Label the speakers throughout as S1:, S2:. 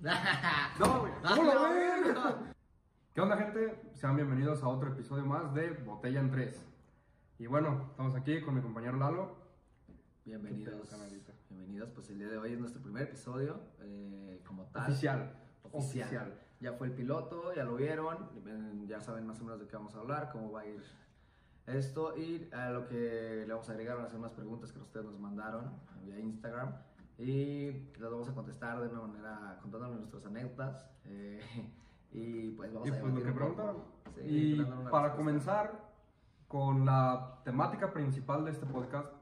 S1: No, güey. ¿Cómo
S2: Ah,
S1: lo
S2: no,
S1: ven?
S2: no.
S1: ¿Qué onda, gente? Sean bienvenidos a otro episodio más de Botella en 3. Y bueno, estamos aquí con mi compañero Lalo.
S2: Bienvenidos.
S1: Qué pedo, camarita.
S2: Bienvenidos, pues el día de hoy es nuestro primer episodio eh, como tal.
S1: Oficial.
S2: Oficial. Ya fue el piloto, ya lo vieron, ven, ya saben más o menos de qué vamos a hablar, cómo va a ir esto y a lo que le vamos a agregar van a ser unas preguntas que ustedes nos mandaron vía Instagram y las vamos a contestar de una manera contándonos nuestras anécdotas eh, y pues vamos
S1: Y
S2: a
S1: pues lo
S2: debatir
S1: que
S2: un poco.
S1: preguntaron.
S2: Sí,
S1: y
S2: dándole una
S1: para
S2: respuesta.
S1: comenzar con la temática principal de este podcast,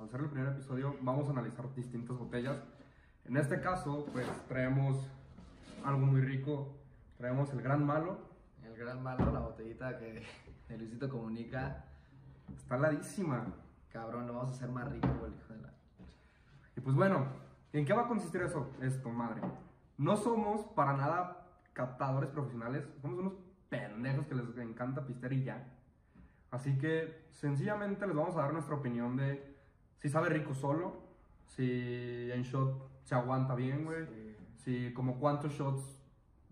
S1: al ser el primer episodio, vamos a analizar distintas botellas. En este caso, pues traemos algo muy rico. Traemos el gran malo.
S2: el gran malo la botellita que el Luisito comunica
S1: Está heladísima.
S2: Cabrón, lo vamos a hacer más rico, güey, hijo de la.
S1: Y pues bueno, ¿en qué va a consistir eso? Esto, madre. No somos para nada captadores profesionales, somos unos pendejos que les encanta pistear y ya. Así que sencillamente les vamos a dar nuestra opinión de si sabe rico solo, si en shot se aguanta bien, güey, si como cuántos shots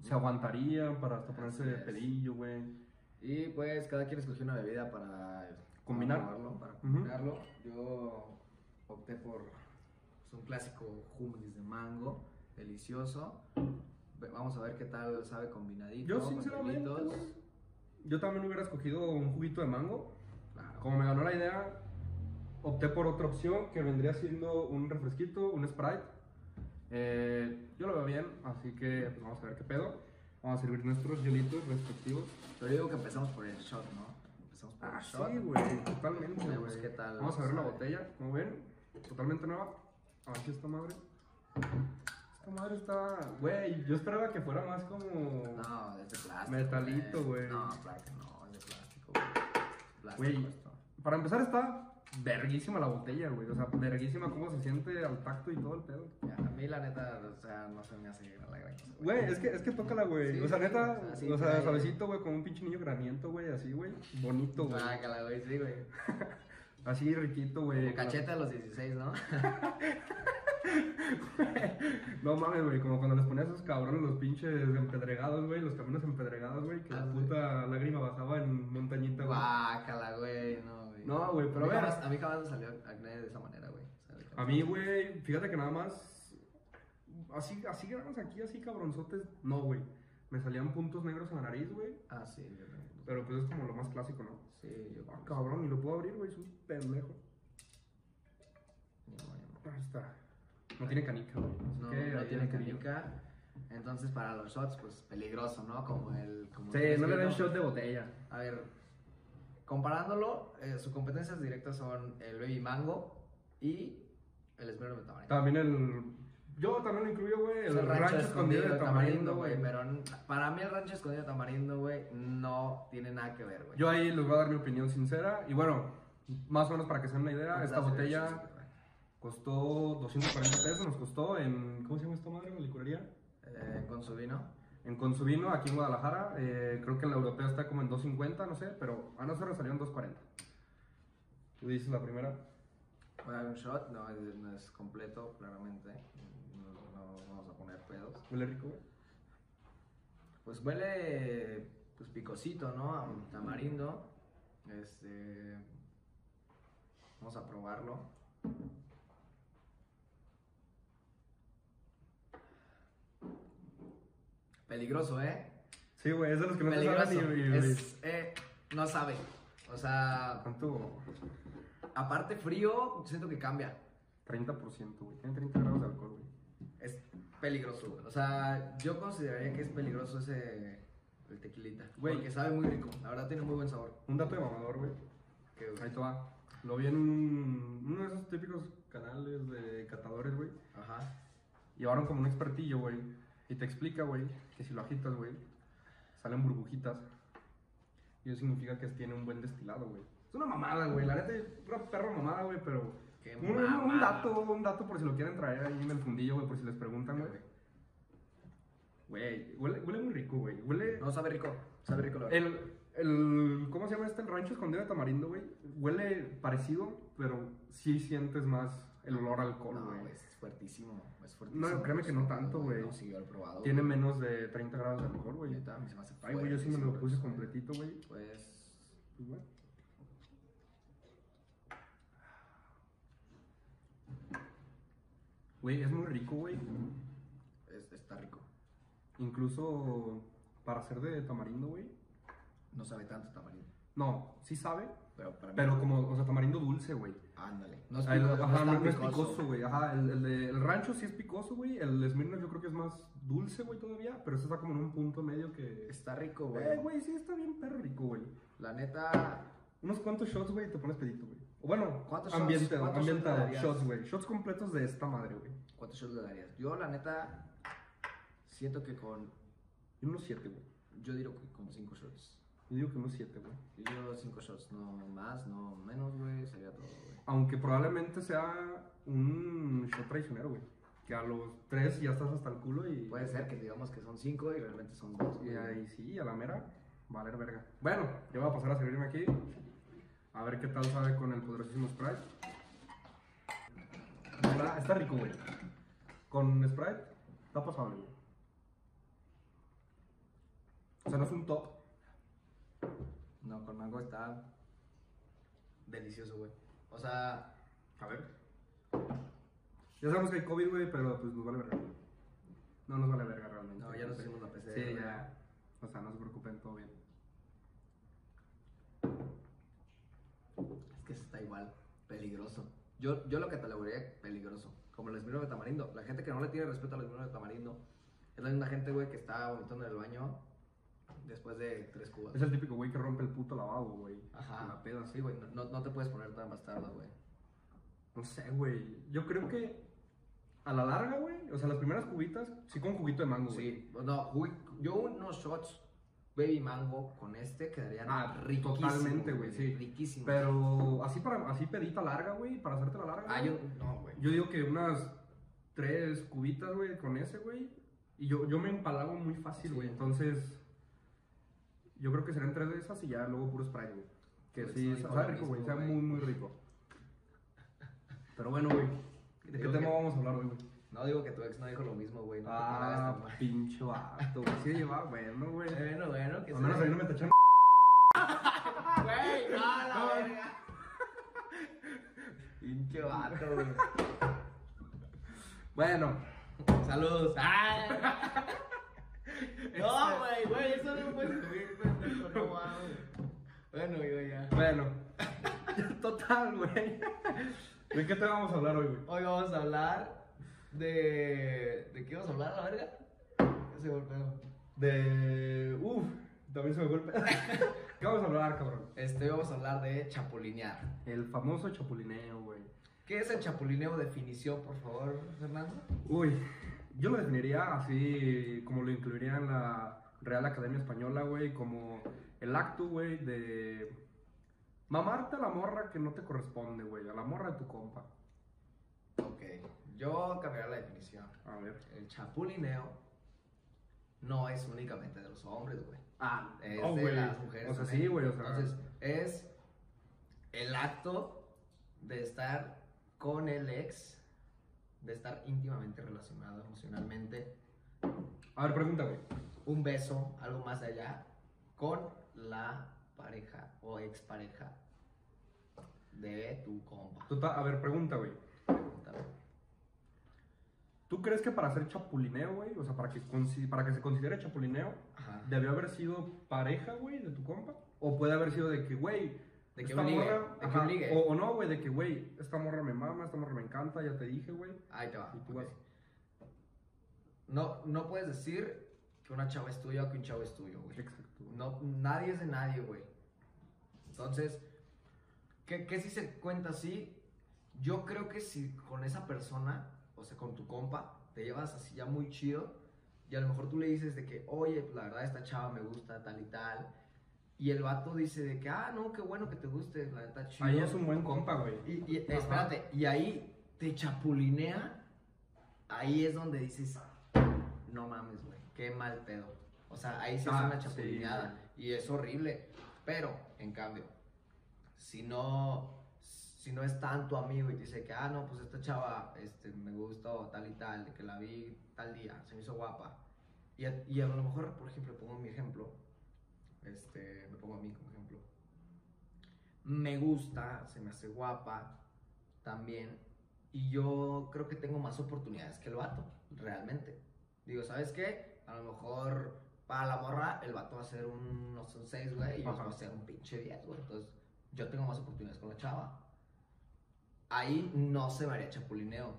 S1: se aguantaría para hasta ponerse
S2: Así
S1: de
S2: es.
S1: pelillo, güey.
S2: Y pues cada quien escogió una bebida para
S1: Combinar.
S2: para probarlo, para
S1: Ujú.
S2: combinarlo. Yo opté por pues, un clásico hummus de mango, delicioso. Ve- Vamos a ver qué tal sabe combinadito.
S1: Yo
S2: con
S1: sinceramente,
S2: hielitos.
S1: güey, yo también hubiera escogido un juguito de mango,
S2: Claro.
S1: Como me ganó la idea, opté por otra opción que vendría siendo un refresquito, un Sprite. Eh, yo lo veo bien, así que pues, vamos a ver qué pedo. Vamos a servir nuestros hielitos respectivos.
S2: Pero yo digo que empezamos por el shot, ¿no? Empezamos por el shot.
S1: güey, totalmente,
S2: Veamos
S1: Ah, güey.
S2: qué tal
S1: Vamos a ver la
S2: sabe.
S1: botella, como ven, totalmente nueva. A ver si esta madre. Esta madre está. Güey, yo esperaba que fuera más como.
S2: No, es de plástico.
S1: Metalito, güey.
S2: No, claro que no, es de plástico, güey. Plástico
S1: Güey,
S2: esto.
S1: para empezar está verguísima la botella, güey. O sea, verguísima cómo se siente al tacto y todo el pedo.
S2: Ya, a mí la neta, o sea, no se me hace gran- la gran cosa.
S1: Güey, es que, es que tócala, güey.
S2: Sí,
S1: o sea,
S2: sí,
S1: neta,
S2: o sea, sí,
S1: o sea,
S2: trae-
S1: suavecito, güey, como un pinche niño graniento, güey, así, güey. Bonito, güey.
S2: Guácala, güey, sí, güey.
S1: Así riquito, güey.
S2: Ah, Como cachete a los 16, ¿no?
S1: No mames, güey, como cuando les ponías a esos cabrones los pinches empedregados, güey, los caminos empedregados, güey, que
S2: Ah,
S1: la
S2: güey.
S1: puta lágrima basaba en montañita, güey.
S2: Guácala, güey, no, güey.
S1: No, güey, pero Ah.
S2: a mí,
S1: a ver.
S2: jamás, a mí jamás me salió acné de esa manera, güey. O sea, de que-
S1: A mí, güey, fíjate que nada más. Así, así gramos aquí, así cabronzotes. No, güey. Me salían puntos negros en la nariz, güey.
S2: Ah, sí, yo creo.
S1: Pero pues es como lo más clásico, ¿no?
S2: Sí, yo
S1: Ah,
S2: creo.
S1: cabrón, ni lo puedo abrir, güey, es un pendejo.
S2: Ni modo, ni modo.
S1: Ahí está. No tiene canica, güey. Así
S2: No,
S1: que
S2: no
S1: ahí
S2: tiene
S1: la tenía.
S2: canica. Entonces, para los shots, pues peligroso, ¿no? Como el. Como
S1: Sí, no le den
S2: den
S1: shot de botella.
S2: A ver, comparándolo, eh, sus competencias directas son el Baby Mango y el Esmero de Tamarindo.
S1: También el. Yo también lo incluyo, güey.
S2: Es
S1: El rancho escondido de tamarindo,
S2: güey.
S1: güey.
S2: Pero n- para mí el rancho escondido de tamarindo, güey, no tiene nada que ver, güey.
S1: Yo ahí les voy a dar mi opinión sincera. Y bueno, más o menos para que se den una idea,
S2: Vamos a
S1: esta
S2: hacer
S1: botella
S2: ejercicio, güey.
S1: costó 240 pesos. Nos costó en. ¿Cómo se llama esta madre? La licorería.
S2: Eh, con su vino.
S1: En Consubino, aquí en Guadalajara. Eh, creo que en la europea está como en 250, no sé. Pero a nosotros salió en 240. Tú dices la primera.
S2: Voy a dar un shot, no es, no es completo, claramente. No, no vamos a poner pedos.
S1: Huele rico, güey.
S2: Pues huele, pues picosito, ¿no? A un tamarindo. Este. Vamos a probarlo. Peligroso, ¿eh?
S1: Sí, güey, es de los que no te
S2: peligroso.
S1: saben ni- ni-
S2: Es, eh, no sabe. O sea,
S1: ¿Cuánto?
S2: aparte frío, siento que cambia.
S1: 30%, güey. Tiene 30 grados de alcohol, güey.
S2: Es peligroso, güey. O sea, yo consideraría que es peligroso ese el tequilita.
S1: Güey.
S2: Porque sabe muy rico. La verdad tiene muy buen sabor.
S1: Un dato de mamador, güey.
S2: Que, güey.
S1: Ahí te va. Lo vi en un- uno de esos típicos canales de catadores, güey.
S2: Ajá.
S1: Llevaron como un expertillo, güey. Y te explica, güey, que si lo agitas, güey, salen burbujitas. Y eso significa que tiene un buen destilado, güey. Es una mamada, güey. La neta es una perra mamada, güey, pero.
S2: Qué
S1: un, un
S2: mamada.
S1: dato, un dato por si lo quieren traer ahí en el fundillo, güey, por si les preguntan, güey. Güey, huele, huele muy rico, güey. Huele.
S2: No, sabe rico. Sabe rico la verdad.
S1: El, el, ¿cómo se llama este? El rancho escondido de tamarindo, güey. Huele parecido, pero sí sientes más el olor a alcohol,
S2: No,
S1: güey.
S2: es fuertísimo, es fuertísimo. Pues,
S1: No, créeme que no tanto, güey.
S2: No, sí, yo lo he probado.
S1: Tiene menos de 30 grados de alcohol, güey.
S2: Neta, a mí se me hace
S1: Ay, güey, yo sí me lo
S2: fuertísimo.
S1: puse completito, güey.
S2: Pues,
S1: Pues, güey. Güey, es muy rico, güey.
S2: es- está rico.
S1: Incluso para hacer de tamarindo, güey.
S2: No sabe tanto tamarindo.
S1: No, sí sabe,
S2: Pero para mí.
S1: pero como, o sea, tamarindo dulce, güey.
S2: Ándale. No es
S1: Ah, el-
S2: picoso.
S1: ajá, no,
S2: tan
S1: no es picoso, güey. Ajá, el, el de- el rancho sí es picoso, güey. El Smirnoff yo creo que es más dulce, güey, todavía. Pero este está como en un punto medio que.
S2: Está rico,
S1: Eh,
S2: güey.
S1: güey, sí está bien perro rico, güey.
S2: La neta,
S1: Unos cuantos shots, güey, y te pones pedito, güey. O bueno,
S2: ¿Cuántos shots?
S1: ambientado,
S2: ¿Cuántos shots le
S1: ambientado.
S2: darías?
S1: shots, güey. Shots completos de esta madre, güey.
S2: ¿cuántos shots le darías? Yo, la neta, siento que con.
S1: Y unos siete, güey.
S2: Yo digo que con 5 shots.
S1: Yo digo que unos siete, güey.
S2: Yo 5 shots, no más, no menos, güey. Sería todo, güey.
S1: Aunque probablemente sea un shot traicionero, güey. Que a los tres ya estás hasta el culo y.
S2: Puede ser que digamos que son 5 y realmente son 2.
S1: Y ahí sí, a la mera, valer verga. Bueno, yo voy a pasar a servirme aquí. A ver qué tal sabe con el poderosísimo Sprite. Está, está rico, güey. Con Sprite está pasable, güey. O sea, no es un top.
S2: No, con mango está delicioso, güey. O sea,
S1: A ver. Ya sabemos que hay COVID, güey, pero pues nos vale verga. No nos vale verga realmente.
S2: No, ya nos hicimos la PCR,
S1: Sí,
S2: güey.
S1: ya. O sea, no se preocupen, todo bien.
S2: es que se está igual, peligroso. Yo, yo lo catalogaría peligroso, como el esmirno de tamarindo. La gente que no le tiene respeto al esmirno de tamarindo es la misma gente, güey, que está vomitando en el baño después de tres cubas.
S1: Es el típico güey que rompe el puto lavabo, güey.
S2: Ajá.
S1: La peda,
S2: Sí, güey, no, no te puedes poner tan bastardo, güey.
S1: No sé, güey. Yo creo que a la larga, güey. O sea, las primeras cubitas, sí con juguito de mango, güey.
S2: Sí, no, uy, yo unos shots baby mango con este quedarían
S1: Ah,
S2: riquísimo,
S1: totalmente, güey, sí.
S2: Riquísimo.
S1: Pero así para así pedita larga, güey, para hacerte la larga.
S2: Ah,
S1: güey,
S2: yo, no, güey.
S1: yo digo que unas tres cubitas, güey, con ese, güey. Y yo, yo me empalago muy fácil,
S2: Sí.
S1: güey. Entonces, yo creo que serán tres de esas y ya luego puro spray, güey. Que
S2: Pues
S1: sí,
S2: no,
S1: sa-
S2: no,
S1: sabe
S2: lo
S1: rico, güey.
S2: mismo,
S1: Sabe
S2: güey.
S1: muy, muy rico. Pero bueno, güey. ¿De qué
S2: Digo
S1: tema
S2: que-
S1: vamos a hablar hoy, güey?
S2: No digo que tu ex no dijo lo mismo, güey. No te
S1: Ah,
S2: hagas tan
S1: pinche vato, güey. Sí, lleva bueno, güey.
S2: mal. Bueno, bueno, que
S1: Al menos
S2: se-
S1: ahí no me tacharon.
S2: Güey, no, la verga. Pinche vato, güey.
S1: Bueno,
S2: Saludos. Ah. No,
S1: Este.
S2: güey, güey, eso no puede subir, pendejo, no mames. Bueno, yo ya.
S1: bueno. Total, güey. ¿De qué te vamos a hablar hoy, güey?
S2: Hoy vamos a hablar de. ¿De qué vamos a hablar, la verga? Ese golpeo.
S1: De. Uf, también se me golpe. ¿Qué vamos a hablar, cabrón?
S2: Este, hoy vamos a hablar de chapulinear.
S1: El famoso chapulineo, güey.
S2: ¿Qué es el chapulineo? Definición, por favor, Fernando.
S1: Uy, yo lo definiría así como lo incluiría en la Real Academia Española, güey, como el acto, güey, de mamarte a la morra que no te corresponde, güey, a la morra de tu compa.
S2: Ok, yo cambiaré la definición.
S1: A ver.
S2: El chapulineo no es únicamente de los hombres, güey.
S1: Ah,
S2: Es
S1: oh,
S2: de
S1: güey.
S2: las mujeres.
S1: O sea,
S2: también.
S1: sí, güey, o sea.
S2: Entonces, es el acto de estar con el ex, de estar íntimamente relacionado emocionalmente.
S1: A ver, pregunta, güey.
S2: Un beso, algo más allá, con la pareja o expareja de tu compa.
S1: Tota- a ver, pregunta, güey.
S2: Pregúntame.
S1: ¿Tú crees que para hacer chapulineo, güey, o sea, para que, consi- para que se considere chapulineo,
S2: Ajá.
S1: debió haber sido pareja, güey, de tu compa? ¿O puede haber sido de que, güey,
S2: De que
S1: esta
S2: un ligue,
S1: morra-
S2: de que
S1: ajá,
S2: un ligue.
S1: O, o no, güey, de que, güey, esta morra me mama, esta morra me encanta, ya te dije, güey.
S2: Ahí te va.
S1: Y tú
S2: ok.
S1: vas.
S2: No, no puedes decir que una chava es tuya o que un chavo es tuyo, güey.
S1: Exacto.
S2: No, nadie es de nadie, güey. Entonces, ¿qué, qué si se cuenta así? Yo creo que si con esa persona, o sea, con tu compa, te llevas así ya muy chido, y a lo mejor tú le dices de que, oye, pues, la verdad esta chava me gusta, tal y tal, y el vato dice de que, ah, no, qué bueno que te guste, la neta chido.
S1: Ahí es un buen compa, güey.
S2: Y, y- espérate, y ahí te chapulinea, ahí es donde dices, no mames, güey, qué mal pedo. O sea, ahí se hace
S1: Ah,
S2: una chapulineada y es horrible. Pero, en cambio, si no, si no es tanto amigo y te dice que, ah, no, pues esta chava este, me gustó tal y tal, de que la vi tal día, se me hizo guapa. Y a, y a lo mejor, por ejemplo, pongo mi ejemplo, este, me pongo a mí como ejemplo. Me gusta, se me hace guapa también. Y yo creo que tengo más oportunidades que el vato, realmente. Digo, ¿sabes qué? A lo mejor para la morra el vato va a ser un, no sé, un 6, güey, y yo
S1: Ajá.
S2: voy a ser un pinche 10, güey. Entonces, yo tengo más oportunidades con la chava. Ahí no se me haría chapulineo.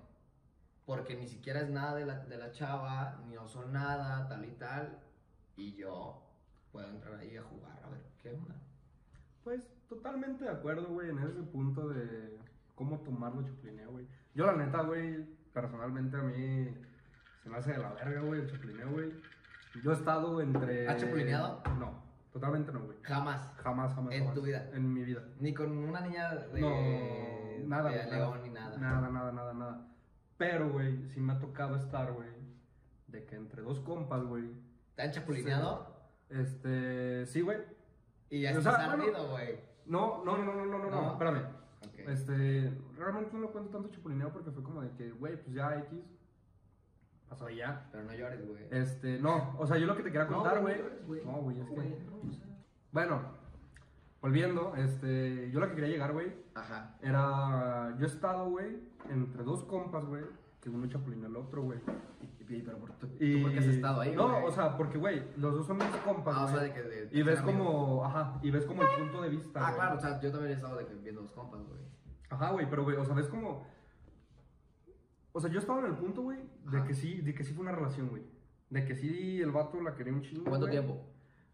S2: Porque ni siquiera es nada de la, de la chava, ni no son nada, tal y tal. Y yo puedo entrar ahí a jugar, a ver qué onda.
S1: Pues totalmente de acuerdo, güey, en ese punto de cómo tomarlo chuplineo, güey. Yo la neta, güey, personalmente a mí se me hace de la verga, güey, el chuplineo, güey. Yo he estado entre...
S2: ¿Has chuplineado?
S1: No, totalmente no, güey.
S2: Jamás.
S1: Jamás, jamás.
S2: ¿En
S1: jamás.
S2: tu vida?
S1: En mi vida.
S2: Ni con una niña de,
S1: No, nada,
S2: de
S1: güey, nada.
S2: León ni nada.
S1: Nada, nada, nada, nada. Pero, güey, sí me ha tocado estar, güey, de que entre dos compas, güey,
S2: ¿Te han chapulineado?
S1: este, sí, güey.
S2: Y ya
S1: O
S2: estás
S1: sea, bueno.
S2: ardido, güey.
S1: No, no, no, no, no, no, no, no,
S2: No.
S1: espérame.
S2: Ok.
S1: Este, realmente no cuento tanto chupulineo porque fue como de que, güey, pues ya X pasó y ya.
S2: Pero no llores, güey.
S1: Este, no, o sea, yo lo que te quería contar, güey. No, güey, es que. Bueno, volviendo, este, yo lo que quería llegar, güey,
S2: Ajá.
S1: era yo he estado, güey, entre dos compas, güey, que uno chapulineó al otro, güey.
S3: Y, y- pero por, tú,
S1: Y
S3: tú porque has estado ahí,
S1: No,
S3: güey.
S1: o sea, porque güey, los dos son mis compas,
S2: Ah, o sea,
S1: güey.
S2: de que de-
S1: y ves
S2: son amigos.
S1: como, ajá, y ves como el punto de vista,
S2: Ah,
S1: güey.
S2: claro, o sea, yo también he estado de que viendo los compas, güey.
S1: Ajá, güey, pero güey, o sea, ves como. O sea, yo estaba en el punto, güey, de
S2: Ajá.
S1: que sí, de que sí fue una relación, güey. De que sí el vato la quería un chingo.
S2: ¿Cuánto
S1: güey.
S2: tiempo?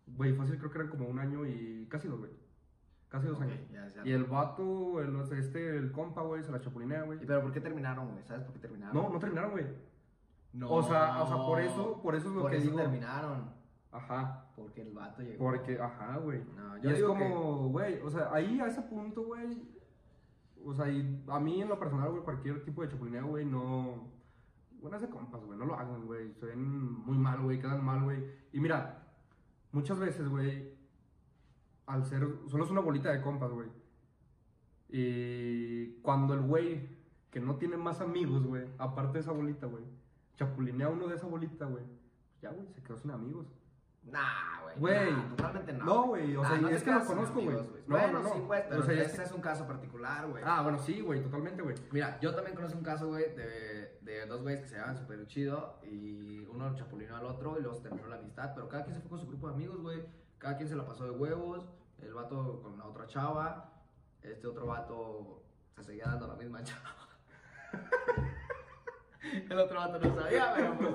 S1: Güey, fácil, creo que eran como un año y casi dos, güey. Casi dos
S3: Ok,
S1: años.
S3: ya, ya.
S1: Y el vato, el, este, el compa, güey, se la chapulinea, güey.
S3: ¿Y pero por qué terminaron, güey? ¿Sabes por qué terminaron?
S1: No, no terminaron, güey.
S3: No.
S1: O sea, o sea, por eso- por eso es lo
S3: Por
S1: que digo.
S3: terminaron.
S1: Ajá.
S3: Porque el vato llegó.
S1: Porque, ajá, güey.
S3: No,
S1: y
S3: yo
S1: es
S3: digo
S1: como, güey, o sea, ahí a ese punto, güey. O sea, y a mí en lo personal, güey, cualquier tipo de chapulineo, güey, no. Buenas de compas, güey, no lo hagan, güey. Se ven muy mal, güey, quedan mal, güey. Y mira, muchas veces, güey, al ser. Solo es una bolita de compas, güey. Y cuando el güey que no tiene más amigos, güey, aparte de esa bolita, güey, chapulinea a uno de esa bolita, güey, ya, güey, se quedó sin amigos.
S3: Nah, güey.
S1: Güey.
S3: nah, totalmente no.
S1: No, güey, o
S3: Nah,
S2: Ah,
S1: sea,
S3: no
S1: es
S3: te
S1: que lo
S3: quedas sin
S1: conozco, güey.
S3: amigos,
S1: No,
S3: bueno,
S1: no, no.
S3: sí,
S2: pues,
S3: güey, pero
S1: O sea, es
S3: ese
S1: que-
S3: es un caso particular, güey.
S1: Ah, bueno, sí, güey, totalmente, güey.
S2: Mira, yo también conozco un caso, güey, de, de dos güeyes que se llevaban súper chido y uno chapulinó al otro y luego se terminó la amistad, pero cada quien se fue con su grupo de amigos, güey. Cada quien se la pasó de huevos, el vato con la otra chava, este otro vato se seguía dando a la misma chava. el otro vato no sabía, pero pues...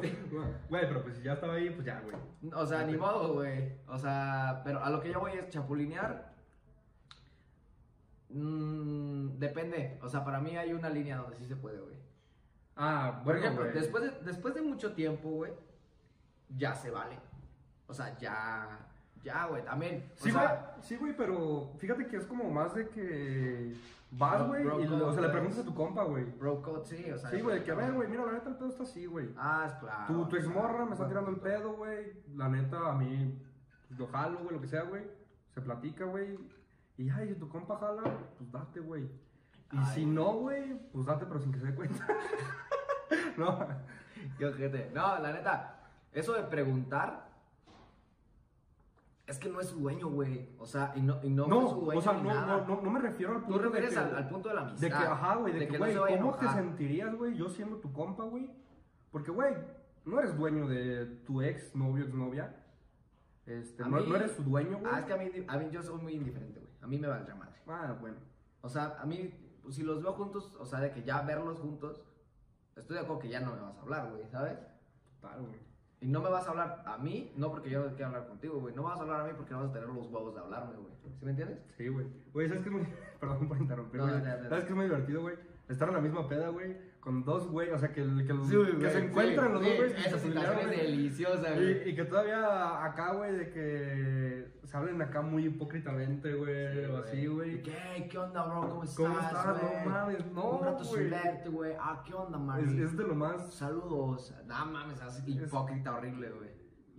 S1: Güey, pero pues si ya estaba ahí, pues ya, güey.
S2: O sea, ni modo, güey. O sea, pero a lo que yo voy es chapulinear. mm, depende. O sea, para mí hay una línea donde sí se puede, güey.
S1: Ah,
S2: Por
S1: bueno,
S2: ejemplo,
S1: güey.
S2: después de, después de mucho tiempo, güey, ya se vale. O sea, ya. Ya, güey, también. O
S1: Sí, güey,
S2: sea,
S1: sí, güey, pero fíjate que es como más de que vas,
S2: Bro-
S1: güey,
S2: bro
S1: y le- o sea, le
S2: code,
S1: preguntas a tu compa, güey.
S2: bro code, sí, o sea.
S1: Sí, güey, que a
S2: claro.
S1: ver, güey, mira, la neta el pedo está así, güey.
S2: Ah, es claro.
S1: Tu, tu exmorra me está
S2: Buen
S1: tirando el
S2: punto.
S1: pedo, güey. La neta, a mí, pues, lo jalo, güey, lo que sea, güey. Se platica, güey. Y ay, si tu compa jala, pues date, güey. Y
S2: Ay.
S1: si no, güey, pues date, pero sin que se dé cuenta. no.
S2: Qué ojete. No, la neta, eso de preguntar es que no es su dueño, güey. O sea, y no, y no,
S1: No,
S2: fue su dueño
S1: o sea,
S2: ni
S1: no,
S2: nada.
S1: no, no, no me refiero al punto
S2: Tú
S1: de
S2: refieres
S1: que-
S2: al, al punto de la amistad.
S1: De que, ajá, güey, de, que,
S2: no
S1: güey,
S2: se vaya a
S1: ¿cómo te
S2: enojar.
S1: sentirías, güey, yo siendo tu compa, güey? Porque, güey, no eres dueño de tu ex novio, exnovia. Este,
S2: A
S1: no,
S2: mí-
S1: no eres su dueño, güey.
S2: Ah, es que a mí, a mí yo soy muy indiferente, güey. A mí me valdrá madre.
S1: Ah, bueno.
S2: O sea, a mí, pues, si los veo juntos, o sea, de que ya verlos juntos, estoy de acuerdo que ya no me vas a hablar, güey, ¿sabes?
S1: Tal, güey.
S2: Y no me vas a hablar a mí, no porque yo no quiera hablar contigo, güey. No vas a hablar a mí porque no vas a tener los huevos de hablarme, güey. ¿Sí me entiendes?
S1: Sí, güey. Güey, ¿sabes qué es muy... Perdón por interrumpir,
S2: No,
S1: güey.
S2: no, no, no.
S1: ¿Sabes qué es muy divertido, güey? Estar en la misma peda, güey, con dos güey, o sea, que, el- que, los-
S2: Sí, güey,
S1: que se
S2: sí,
S1: encuentran los
S2: sí,
S1: dos güeyes. que
S2: Esa
S1: se
S2: situación
S1: pelearon,
S2: es
S1: güey.
S2: deliciosa, güey.
S1: Y, y que todavía acá, güey, de que se hablen acá muy hipócritamente, güey, o así, güey.
S2: ¿Qué? ¿Qué onda, bro? ¿Cómo estás?
S1: ¿Cómo estás?
S2: güey?
S1: No mames, no,
S2: Un rato
S1: güey.
S2: sin verte, güey. Ah, ¿qué onda, Mari?
S1: Es, es de lo más.
S2: Saludos. No mames, es hipócrita horrible, güey.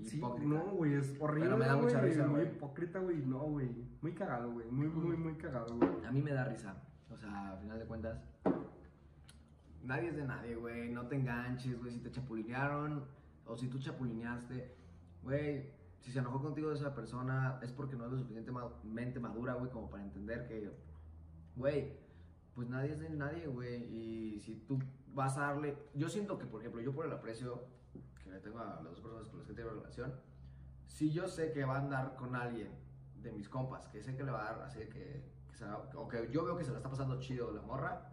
S1: Sí,
S2: Hipócrita.
S1: no, güey, es horrible.
S2: Pero me da mucha
S1: güey,
S2: risa,
S1: Muy
S2: güey.
S1: hipócrita, güey. No, güey. Muy cagado, güey. Muy, muy, muy cagado, güey.
S2: A mí me da risa. O O sea, a final de cuentas, nadie es de nadie, güey. No te enganches, güey. Si te chapulinearon o si tú chapulineaste, güey, si se enojó contigo esa persona es porque no es lo suficientemente madura, güey, como para entender que, güey, pues nadie es de nadie, güey. Y si tú vas a darle. Yo siento que, por ejemplo, yo por el aprecio que le tengo a las dos personas con las que tengo relación, si yo sé que va a andar con alguien de mis compas, que sé que le va a dar, así que. que se la- o que yo veo que se la está pasando chido la morra,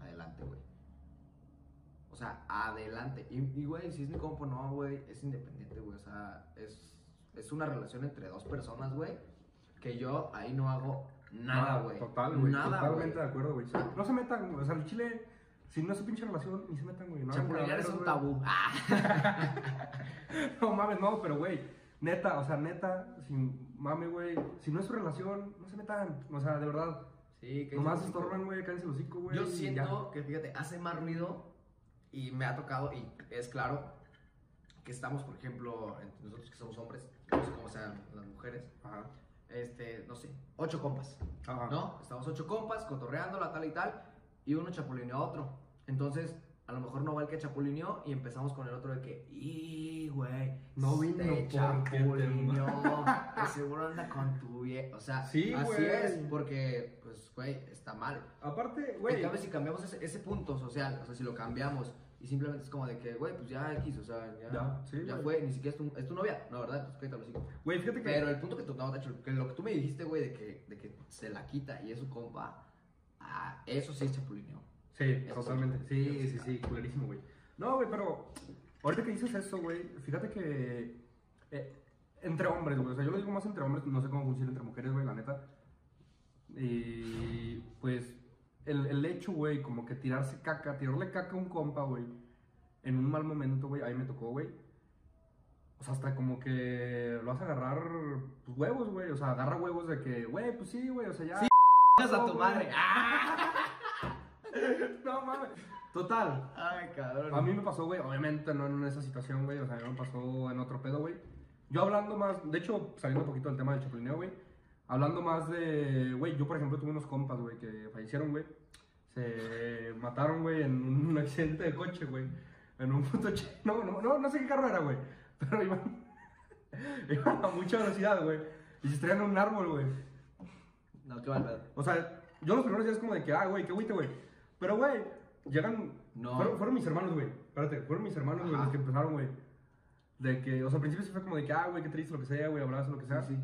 S2: adelante, güey. O sea, adelante. Y, y, güey, si es mi compa, no, güey, es independiente, güey. O sea, es, es una relación entre dos personas, güey, que yo ahí no hago nada, güey.
S1: Total, güey.
S2: Nada,
S1: Totalmente
S2: güey.
S1: de acuerdo, güey.
S2: sea,
S1: No se metan, güey. O sea, el chile, si no es su pinche relación, ni se metan, güey. No, hagan
S2: Chapulinear es
S1: cagaderos,
S2: un
S1: güey.
S2: tabú. Ah.
S1: No mames, no, pero güey, neta, o sea, neta, sin mame, güey, si no es su relación, no se metan, o sea, de verdad,
S3: Sí, que
S1: nomás
S3: sí,
S1: estorban, güey, cállense el hocico, güey.
S3: Yo
S1: y
S3: siento que, fíjate, hace más ruido y me ha tocado, y es claro, que estamos, por ejemplo, entre nosotros que somos hombres, no sé cómo sean las mujeres,
S1: ya. Ajá.
S3: este, no sé, ocho compas,
S1: Ajá.
S2: Ah.
S3: ¿no? Estamos ocho compas, cotorreando, la tal y tal, y uno chapulineó a otro. Entonces, a lo mejor no va el que chapulineó y empezamos con el otro de que, ¡y, güey!
S1: No vino
S3: te
S1: porque te
S3: chapulineó, de seguro anda con tu vie-". O sea,
S1: Sí,
S3: así
S1: güey.
S3: es, porque, pues, güey, está mal.
S1: Aparte,
S3: En
S1: güey,
S3: cambio, si cambiamos ese, ese punto social, o sea, si lo cambiamos y simplemente es como de que, güey, pues ya X, o sea, ya,
S1: Ya, sí,
S3: ya
S1: güey.
S3: fue, ni siquiera es tu, es tu novia, no, ¿verdad? Pues cuéntalo, sí.
S1: güey, fíjate que
S3: Pero el punto que tú, no, Tacho, que lo que tú me dijiste, güey, de que, de que se la quita y es su compa, ah, eso sí es chapulineo.
S1: Sí,
S3: Es
S1: totalmente.
S3: otro.
S1: Sí, sí, sí, culerísimo, güey. No, güey, pero ahorita que dices eso, güey, fíjate que eh, entre hombres, güey, o sea, yo lo digo más entre hombres, no sé cómo funciona entre mujeres, güey, la neta. Y pues el, el hecho, güey, como que tirarse caca, tirarle caca a un compa, güey, en un mal momento, güey, ahí me tocó, güey. O sea, hasta como que lo vas a agarrar pues, huevos, güey. O sea, agarra huevos de que, güey, pues sí, güey, o sea, ya.
S3: Sí,
S1: pasó,
S3: a tu
S1: güey.
S3: madre!
S1: No mames. Total,
S2: Ay, cabrón.
S1: A mí me pasó, güey, obviamente no en esa situación, güey, o sea, a mí me pasó en otro pedo, güey. Yo hablando más, de hecho, saliendo un poquito del tema del chapulineo, güey, hablando más de, güey, yo por ejemplo tuve unos compas, güey, que fallecieron, güey. Se mataron, güey, en un accidente de coche, güey. En un puto che- no, no, no, no sé qué carro era, güey. Pero iban, iban a mucha velocidad, güey. Y se estrellan en un árbol, güey.
S2: No, qué mal pedo.
S1: O sea, yo los primeros días como de que, ah, güey, qué güey, güey. Pero, güey, llegan...
S2: No.
S1: Fueron, fueron mis hermanos, güey. Espérate, fueron mis hermanos, güey,
S2: Ajá.
S1: los que empezaron, güey. De que, o sea, al principio sí fue como de que, ah, güey, qué triste, lo que sea, güey, abrazo, lo que sea.
S2: Sí, sí.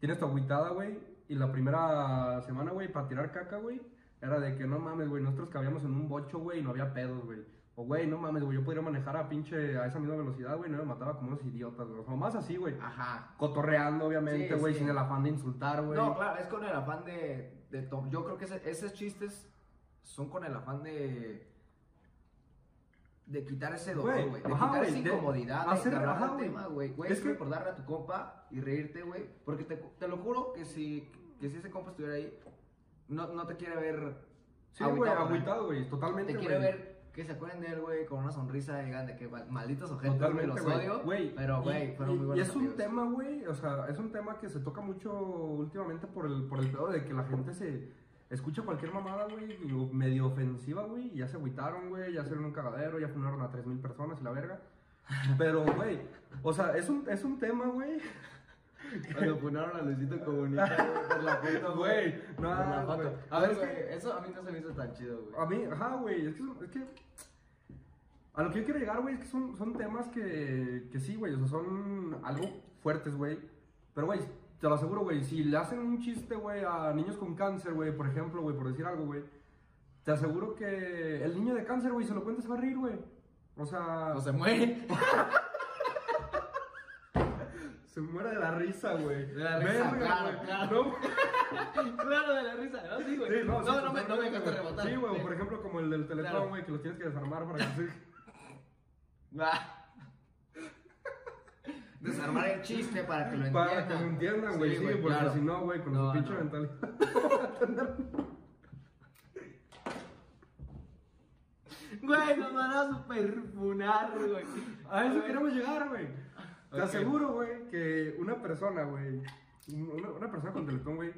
S1: Tienes tu agüitada, güey. Y la primera semana, güey, para tirar caca, güey, era de que, no mames, güey, nosotros cabíamos en un bocho, güey, y no había pedos, güey. O, güey, no mames, güey, yo podría manejar a pinche, a esa misma velocidad, güey, no me mataba como unos idiotas, güey. O más así, güey.
S2: Ajá.
S1: Cotorreando, obviamente,
S2: Ah. Sí,
S1: güey,
S2: sí.
S1: sin el afán de insultar, güey.
S2: No, claro, es con el afán de, de to- Yo creo que ese- esos chistes son con el afán de. De quitar ese dolor,
S1: Güey,
S2: güey. De
S1: ajá,
S2: quitar
S1: güey,
S2: esa
S1: de
S2: incomodidad. De,
S1: hacer-
S2: hacer,
S1: ajá, güey.
S2: tema, güey. Güey,
S1: Es
S2: es
S1: que-
S2: recordarle a tu compa y reírte, güey. Porque te, te lo juro que si, que si ese compa estuviera ahí, no, no te quiere ver.
S1: Sí, güey,
S2: agüitado,
S1: agüitado, güey, totalmente,
S2: Te
S1: güey.
S2: quiere ver. Que se acuerden de él, güey, con una sonrisa y digan de que mal- malditos ojetes, güey, los
S1: güey.
S2: odio.
S1: Güey,
S2: Pero, güey,
S1: y-
S2: fueron muy
S1: y-
S2: buenos
S1: Y es un
S2: amigos.
S1: tema, güey, o sea, es un tema que se toca mucho últimamente por el, por el pedo de que la gente se escucha cualquier mamada, güey, o medio ofensiva, güey, y ya se agüitaron, güey, ya hicieron un cagadero, ya funaron a 3.000 personas y la verga. Pero, güey, o sea, es un, es un tema, güey.
S2: Cuando funaron a Luisito Comunica, güey, por la foto,
S1: Güey,
S2: güey.
S1: no,
S2: Por
S1: güey.
S2: la foto. A
S1: No,
S2: ver,
S1: es
S2: güey,
S1: que-
S2: eso a mí no se me hizo tan chido, güey.
S1: A mí, ajá, güey, es que, son- es que a lo que yo quiero llegar, güey, es que son, son temas que, que sí, güey, o sea, son algo fuertes, güey. Pero, güey, te lo aseguro, güey, si le hacen un chiste, güey, a niños con cáncer, güey, por ejemplo, güey, por decir algo, güey, te aseguro que el niño de cáncer, güey, se lo cuentas se va a reír, güey. O sea,
S2: No se muere.
S1: se muere de la risa, güey.
S2: De la risa, claro,
S1: güey.
S2: claro.
S1: No,
S2: claro, de la risa, ¿no? Sí, güey.
S1: Sí,
S2: no,
S1: sí,
S2: no, me, no me
S1: totalmente,
S2: dejaste
S1: güey.
S2: rebotar.
S1: Sí, güey, por ejemplo, como el del teletón,
S2: Claro.
S1: güey, que lo tienes que desarmar para que se...
S2: Ah.
S3: Desarmar el chiste para que lo entiendan.
S1: Para que lo entiendan, güey, sí, porque
S2: claro.
S1: si no, güey, con
S2: No,
S1: su pinche
S2: no.
S1: mentalidad.
S2: Güey, nos van a superfunar, güey.
S1: A eso
S2: Güey.
S1: queremos llegar, güey. Te
S2: Ok.
S1: aseguro, güey, que una persona, güey, un- una, una persona con teletón, güey,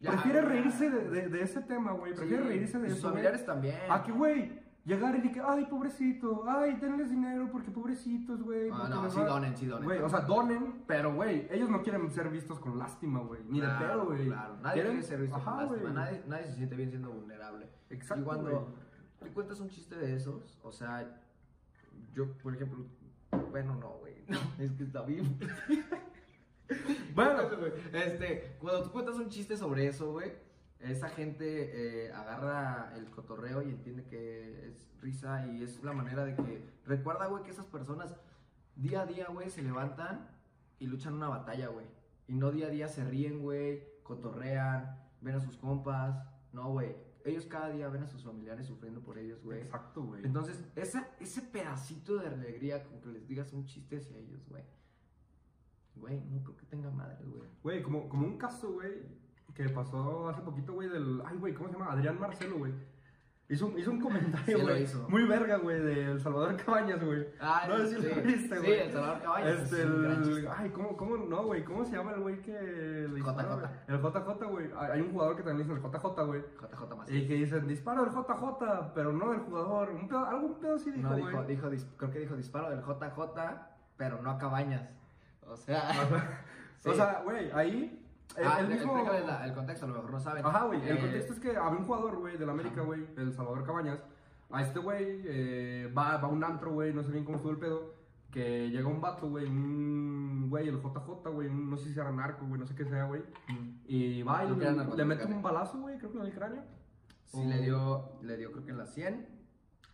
S2: Ya,
S1: prefiere
S2: güey.
S1: reírse de, de- de ese tema, güey. Prefiere
S2: Sí,
S1: reírse de
S2: y sus
S1: eso. güey.
S2: familiares también.
S1: A que, güey, llegar y decir, ay, pobrecito, ay, denles dinero porque pobrecitos, güey.
S2: Ah,
S1: porque
S2: no,
S1: les
S2: sí
S1: va-".
S2: donen, sí donen.
S1: Güey, o sea, donen, pero, güey, ellos no quieren ser vistos con lástima, güey. Ni
S2: Claro,
S1: de pedo, güey.
S2: Claro, nadie
S1: Quieren-
S2: quiere ser visto
S1: Ajá,
S2: con lástima,
S1: güey.
S2: Nadie, nadie se siente bien siendo vulnerable.
S1: Exacto,
S2: y cuando
S1: güey.
S2: tú cuentas un chiste de esos, o sea, yo, por ejemplo, bueno, no, güey, no, es que está bien.
S1: Bueno,
S2: este, cuando tú cuentas un chiste sobre eso, güey, esa gente eh, agarra el cotorreo y entiende que es risa y es la manera de que. Recuerda, güey, que esas personas día a día, güey, se levantan y luchan una batalla, güey. Y no día a día se ríen, güey, cotorrean, ven a sus compas. No, güey. Ellos cada día ven a sus familiares sufriendo por ellos, güey.
S1: Exacto, güey.
S2: Entonces, esa, ese pedacito de alegría con que les digas un chiste hacia ellos, güey. Güey, no creo que tenga madre, güey.
S1: Güey, como, como un caso, güey, que pasó hace poquito, güey, del. Ay, güey, ¿cómo se llama? Adrián Marcelo, güey. Hizo, un- hizo un comentario,
S2: Sí, lo
S1: güey.
S2: hizo.
S1: muy verga, güey, de El Salvador Cabañas, güey. no sé si lo viste, güey.
S2: Sí, el Salvador Cabañas.
S1: Este,
S2: es un gran
S1: el,
S2: chiste.
S1: ay, ¿cómo, cómo, no, güey? ¿Cómo se llama el güey que le dispara,
S2: JJ.
S1: güey? El JJ, güey. Hay hay un jugador que también le dicen el JJ, güey.
S2: JJ más.
S1: Y que dicen, disparo el JJ, pero no del jugador. Un pedo, algo un pedo sí dijo,
S2: no,
S1: güey.
S2: dijo, dijo, dis- creo que dijo disparo del JJ, pero no a Cabañas. O sea, sí.
S1: O sea, güey, ahí. El,
S2: Ah,
S1: el mismo.
S2: explícale la- el contexto, a lo mejor no saben.
S1: Ajá, güey. El
S2: Eh,
S1: contexto es que había un jugador, güey, del América, güey, el Salvador Cabañas. A este güey eh, va, va a un antro, güey, no sé bien cómo estuvo el pedo. Que llega un vato, güey, un güey, el JJ, güey, un- no sé si era narco, güey, no sé qué sea, güey. Y va y
S2: Mm. Creo que era narco,
S1: le mete
S2: creo que
S1: un balazo, güey, creo que en el cráneo.
S2: Sí, le dio, le dio creo que en la 100.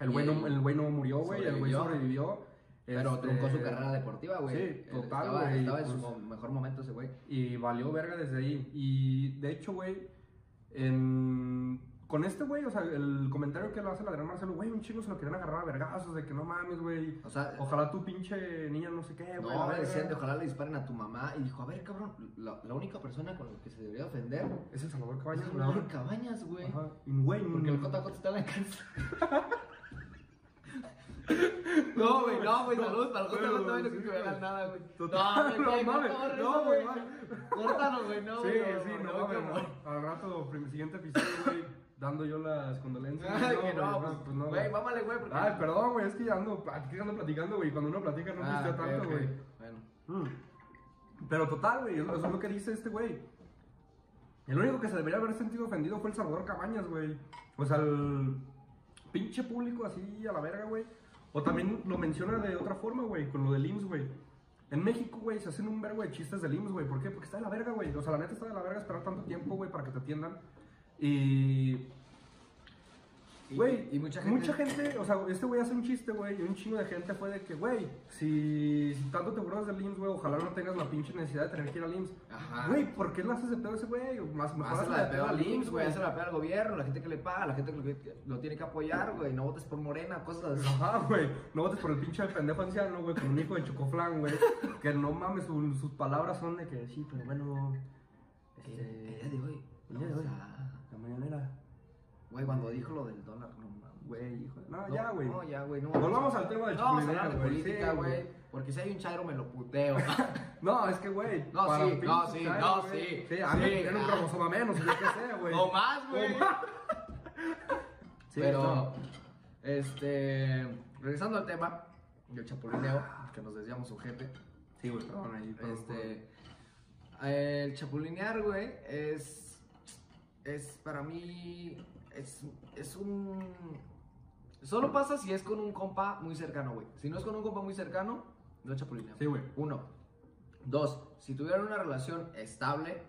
S1: El güey no,
S2: Y-
S1: el güey no murió, güey, el güey
S2: Sobrevivió.
S1: sobrevivió.
S2: Pero
S1: Este,
S2: truncó su carrera deportiva, güey.
S1: sí,
S2: Él
S1: total,
S2: Estaba,
S1: güey,
S2: estaba en su
S1: pues-
S2: mo- mejor momento ese güey.
S1: Y valió verga desde ahí. Y de hecho, güey, en- con este güey, o sea, el comentario que lo hace la gran Marcelo, güey, un chingo se lo querían agarrar a vergazos, de que no mames, güey.
S2: O sea,
S1: Ojalá tu pinche niña no sé qué, güey. la
S2: no,
S1: verga".
S2: decían de ojalá le disparen a tu mamá. Y dijo, a ver, cabrón, la, la única persona con la que se debería ofender
S1: Es el Salvador
S2: es
S1: Cabañas,
S2: el
S1: güey.
S2: Salvador Cabañas, güey.
S1: Ajá. Y, Güey,
S2: Porque el
S1: no-
S2: JJ está en la cárcel. No, güey, no, güey, saludos para el
S1: Pero,
S2: JJ, no
S1: sí,
S2: que me hagan
S1: güey.
S2: nada, güey.
S1: Total,
S2: No, güey,
S1: no mames,
S2: corta,
S1: no, güey,
S2: güey.
S1: mames.
S2: Córtalo, güey, no,
S1: sí,
S2: güey.
S1: sí, no,
S2: güey,
S1: mames, no. Al rato, prim- siguiente episodio, güey, dando yo las condolencias.
S2: Ay, que
S1: güey, Ah,
S2: no, pues,
S1: pues no,
S2: güey, mámale, güey, porque...
S1: Ay, perdón, güey, es que ya ando, plat- que ando platicando, güey. Cuando uno platica no
S2: Ah,
S1: pistea
S2: ok,
S1: tanto,
S2: ok.
S1: güey.
S2: Bueno.
S1: Mm. Pero total, güey, eso es lo que dice este güey. El único que se debería haber sentido ofendido fue el Salvador Cabañas, güey. O sea, el pinche público así a la verga, güey. O también lo menciona de otra forma, güey, con lo del IMSS, güey. En México, güey, se hacen un vergo de chistes del IMSS, güey. ¿Por qué? Porque está de la verga, güey. O sea, la neta está de la verga esperar tanto tiempo, güey, para que te atiendan. Y
S2: Y-
S1: Güey,
S2: y mucha gente...
S1: gente, o sea, este güey hace un chiste, güey, y un chingo de gente fue de que, güey, si, si tanto te burlas del IMSS, güey, ojalá no tengas la pinche necesidad de tener que ir al IMSS.
S2: Ajá.
S1: Güey, ¿por qué le haces de pedo a ese güey? O Más mejor
S2: Hacer la
S1: hazle
S2: de pedo al IMSS, güey, hacer la de pedo al gobierno, la gente que le paga, la gente que lo, que lo tiene que apoyar, güey, no votes por Morena, cosas así.
S1: Ajá, güey, no votes por el pinche pendejo anciano, güey, con un hijo de chocoflán, güey, que no mames, su- sus palabras son de que, sí, pero bueno,
S2: Eh,
S1: este,
S2: eh, de hoy,
S1: el día de
S2: no, o
S1: hoy.
S2: sea,
S1: la mañanera,
S2: Güey, cuando dijo lo del dólar, no mames.
S1: güey, hijo de... No, ya, güey.
S2: No, ya, güey. No,
S1: Volvamos al tema del
S2: No vamos a
S1: chiquilinero,
S2: hablar de
S1: güey,
S2: política,
S1: sí,
S2: güey. Porque si hay un chairo, me lo puteo.
S1: No, es que, güey.
S2: No,
S1: para
S2: sí,
S1: pinches
S2: no, sí,
S1: chairos,
S2: no,
S1: güey.
S2: sí,
S1: Sí, a mí
S2: sí,
S1: tiene un
S2: ah.
S1: cromosoma menos, yo qué sé, güey.
S2: o más, güey.
S1: O más. Sí,
S2: Pero,
S1: no.
S2: este. Regresando al tema del chapulineo, que nos desviamos ojete.
S1: Sí, güey, perdón ahí. perdón, perdón.
S2: Este. El chapulinear, güey, es. Es para mí. Es, es un. Solo pasa si es con un compa muy cercano, güey. Si no es con un compa muy cercano, no chapulineo.
S1: Sí, güey.
S2: Uno. Dos. Si tuvieran una relación estable,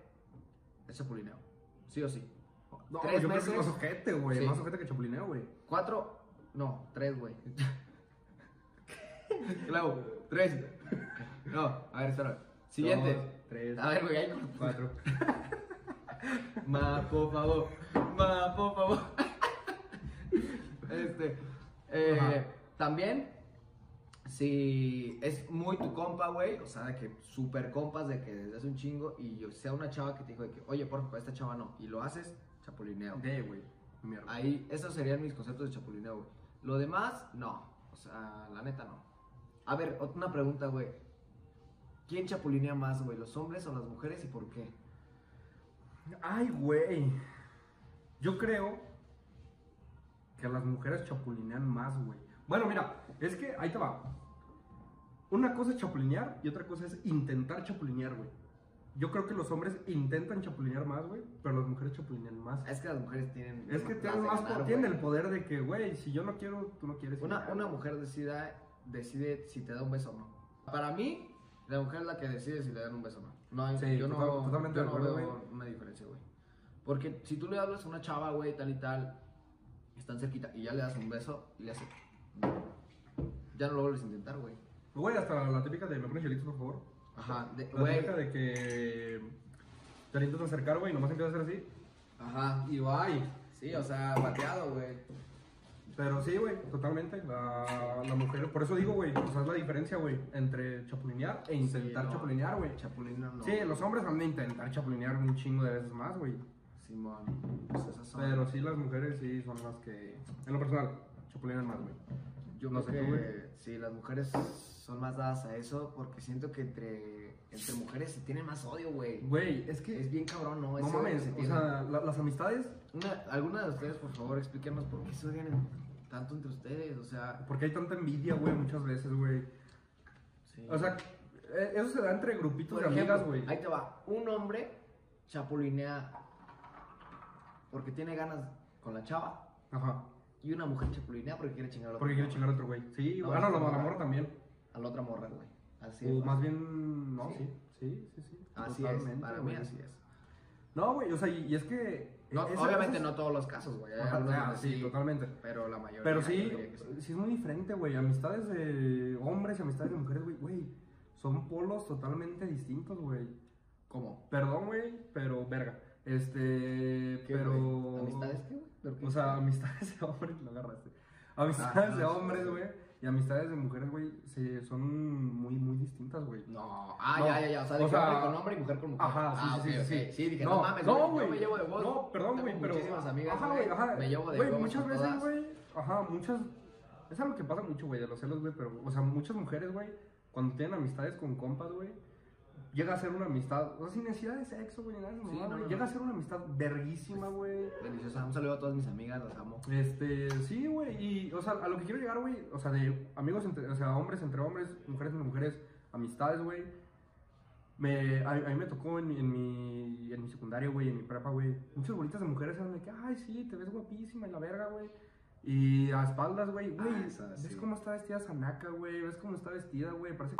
S2: es chapulineo. Sí o sí.
S1: No,
S2: tres
S1: yo
S2: meses.
S1: creo que es más ojete, güey.
S2: Sí.
S1: Más ojete que chapulineo, güey.
S2: Cuatro. No, tres, güey. claro, tres. No, a ver, espera. Siguiente.
S1: Dos, tres,
S2: A ver, güey, ahí con-
S1: cuatro.
S2: Ma, por favor. Ma, por favor. Este. eh,
S1: Ajá.
S2: también, si es muy tu compa, güey, o sea, de que super compas, de que desde hace un chingo, y yo sea una chava que te dijo de que, oye, por favor, esta chava no, y lo haces, chapulineo.
S1: De, güey. Mierda.
S2: Ahí, esos serían mis conceptos de chapulineo, güey. Lo demás, no. O sea, la neta, no. A ver, ot- una pregunta, güey. ¿Quién chapulinea más, güey? ¿Los hombres o las mujeres y por qué?
S1: Ay, güey. Yo creo que las mujeres chapulinean más, güey. Bueno, mira, es que ahí te va. Una cosa es chapulinear y otra cosa es intentar chapulinear, güey. Yo creo que los hombres intentan chapulinear más, güey, pero las mujeres chapulinean más.
S2: Es que las mujeres tienen.
S1: Es que tienen,
S2: de
S1: más,
S2: ganar,
S1: tienen
S2: güey.
S1: el poder de que, güey, si yo no quiero, tú no quieres. y
S2: Una,
S1: ya.
S2: una mujer decida, decide si te da un beso o no. Para mí, la mujer es la que decide si le dan un beso o no. no hay-
S1: Sí,
S2: yo no,
S1: total- totalmente
S2: yo
S1: de
S2: no
S1: acuerdo,
S2: veo
S1: güey.
S2: una diferencia, güey. Porque si tú le hablas a una chava, güey, tal y tal, están cerquita y ya le das un beso y le hace. Ya no lo vuelves a intentar, güey.
S1: Güey, hasta la, la típica de me pones hielitos, por favor.
S2: Ajá, de-
S1: La
S2: güey.
S1: típica de que te intentas acercar, güey, y nomás empiezas a hacer así.
S2: Ajá.
S1: Y bye.
S2: Sí, o sea, bateado, güey.
S1: Pero sí, güey, totalmente. La, la mujer, por eso digo, güey, o sea, es la diferencia, güey, entre chapulinear e intentar
S2: no.
S1: chapulinear, güey.
S2: Chapulina no.
S1: Sí, los hombres van a intentar chapulinear un chingo de veces más, güey.
S2: Simón. Pues esas son.
S1: Pero sí, las mujeres sí son las que, en lo personal, chapulinean más, güey.
S2: Yo
S1: No
S2: creo
S1: sé tú,
S2: que sí, las mujeres son más dadas a eso porque siento que entre, entre mujeres se tiene más odio, güey.
S1: Güey, es que,
S2: Es bien cabrón, ¿no?
S1: no
S2: Ese odio que
S1: mames,
S2: se
S1: o
S2: tiene.
S1: sea, la- las amistades,
S2: Una- alguna de ustedes, por favor, explíquenos por qué se odian en- tanto entre ustedes, o sea...
S1: porque hay tanta envidia, güey, muchas veces, güey.
S2: sí.
S1: O sea, eh, eso se da entre grupitos
S2: Por
S1: de
S2: ejemplo,
S1: amigas, güey.
S2: Ahí te va, un hombre chapulinea porque tiene ganas con la chava
S1: Ajá,
S2: y una mujer chapulinea porque quiere chingar a la
S1: porque
S2: otra
S1: quiero chingar a otro güey. Sí,
S2: No,
S1: güey. Ah, no,
S2: no,
S1: la, la
S2: no.
S1: morra también.
S2: morra- a la otra morra, güey. Así
S1: o
S2: es.
S1: Pues, más bien, no, sí,
S2: Sí.
S1: sí, sí, sí.
S2: Así es,
S1: totalmente,
S2: para mí
S1: güey.
S2: así es.
S1: No, güey, o sea, y, y es que...
S2: No,
S1: esas
S2: obviamente
S1: cosas-
S2: no todos los casos, güey. hay
S1: Ajá,
S2: algunos
S1: ah,
S2: donde
S1: sí, totalmente.
S2: Pero la mayoría.
S1: Pero
S2: yo
S1: sí,
S2: diría que sí.
S1: sí es muy diferente, güey. Amistades de hombres y amistades de mujeres, güey, güey. Son polos totalmente distintos, güey.
S2: ¿Cómo?
S1: Perdón, güey, pero verga. Este,
S2: ¿Qué,
S1: pero...
S2: güey? ¿Amistades qué, güey? ¿Pero qué?
S1: O sea, amistades de hombres, lo agarraste. Amistades
S2: Ah,
S1: de
S2: no,
S1: hombres,
S2: sí.
S1: güey. Y amistades de mujeres, güey, se- son muy, muy distintas, güey.
S2: No, ah,
S1: No.
S2: ya, ya, ya. O sea, de
S1: O
S2: que
S1: sea,
S2: hombre con hombre y mujer con mujer.
S1: Ajá, sí,
S2: ah,
S1: sí,
S2: ok,
S1: sí,
S2: ok.
S1: sí.
S2: Sí, dije,
S1: No,
S2: no, mames,
S1: no,
S2: güey.
S1: güey.
S2: Yo me llevo de vos.
S1: No, perdón,
S2: Tengo
S1: güey, pero.
S2: Muchísimas amigas.
S1: Ajá, güey, ajá.
S2: Me llevo de
S1: Güey,
S2: huevos
S1: muchas
S2: con
S1: veces,
S2: todas.
S1: güey. Ajá, muchas. Es algo que pasa mucho, güey, de los celos, güey, pero. O sea, muchas mujeres, güey, cuando tienen amistades con compas, güey. Llega a ser una amistad, o sea, sin necesidad de sexo, güey, ni nada de eso,
S2: Sí,
S1: mamá,
S2: no,
S1: güey.
S2: no,
S1: Llega
S2: no. Pues,
S1: a ser una amistad verguísima, güey.
S2: Deliciosa. Un saludo a todas mis amigas, las amo.
S1: Este, sí, güey, y, o sea, a lo que quiero llegar, güey, o sea, de amigos, entre, o sea, hombres entre hombres, mujeres entre mujeres, amistades, güey. Me, a, a mí me tocó en mi, en mi, en mi secundaria, güey, en mi prepa, güey, muchas bolitas de mujeres eran de que, ay, sí, te ves guapísima y la verga, güey. Y a espaldas, güey, güey,
S2: Ah, esa,
S1: ves
S2: sí.
S1: cómo está vestida Sanaka, güey, ves cómo está vestida, güey, parece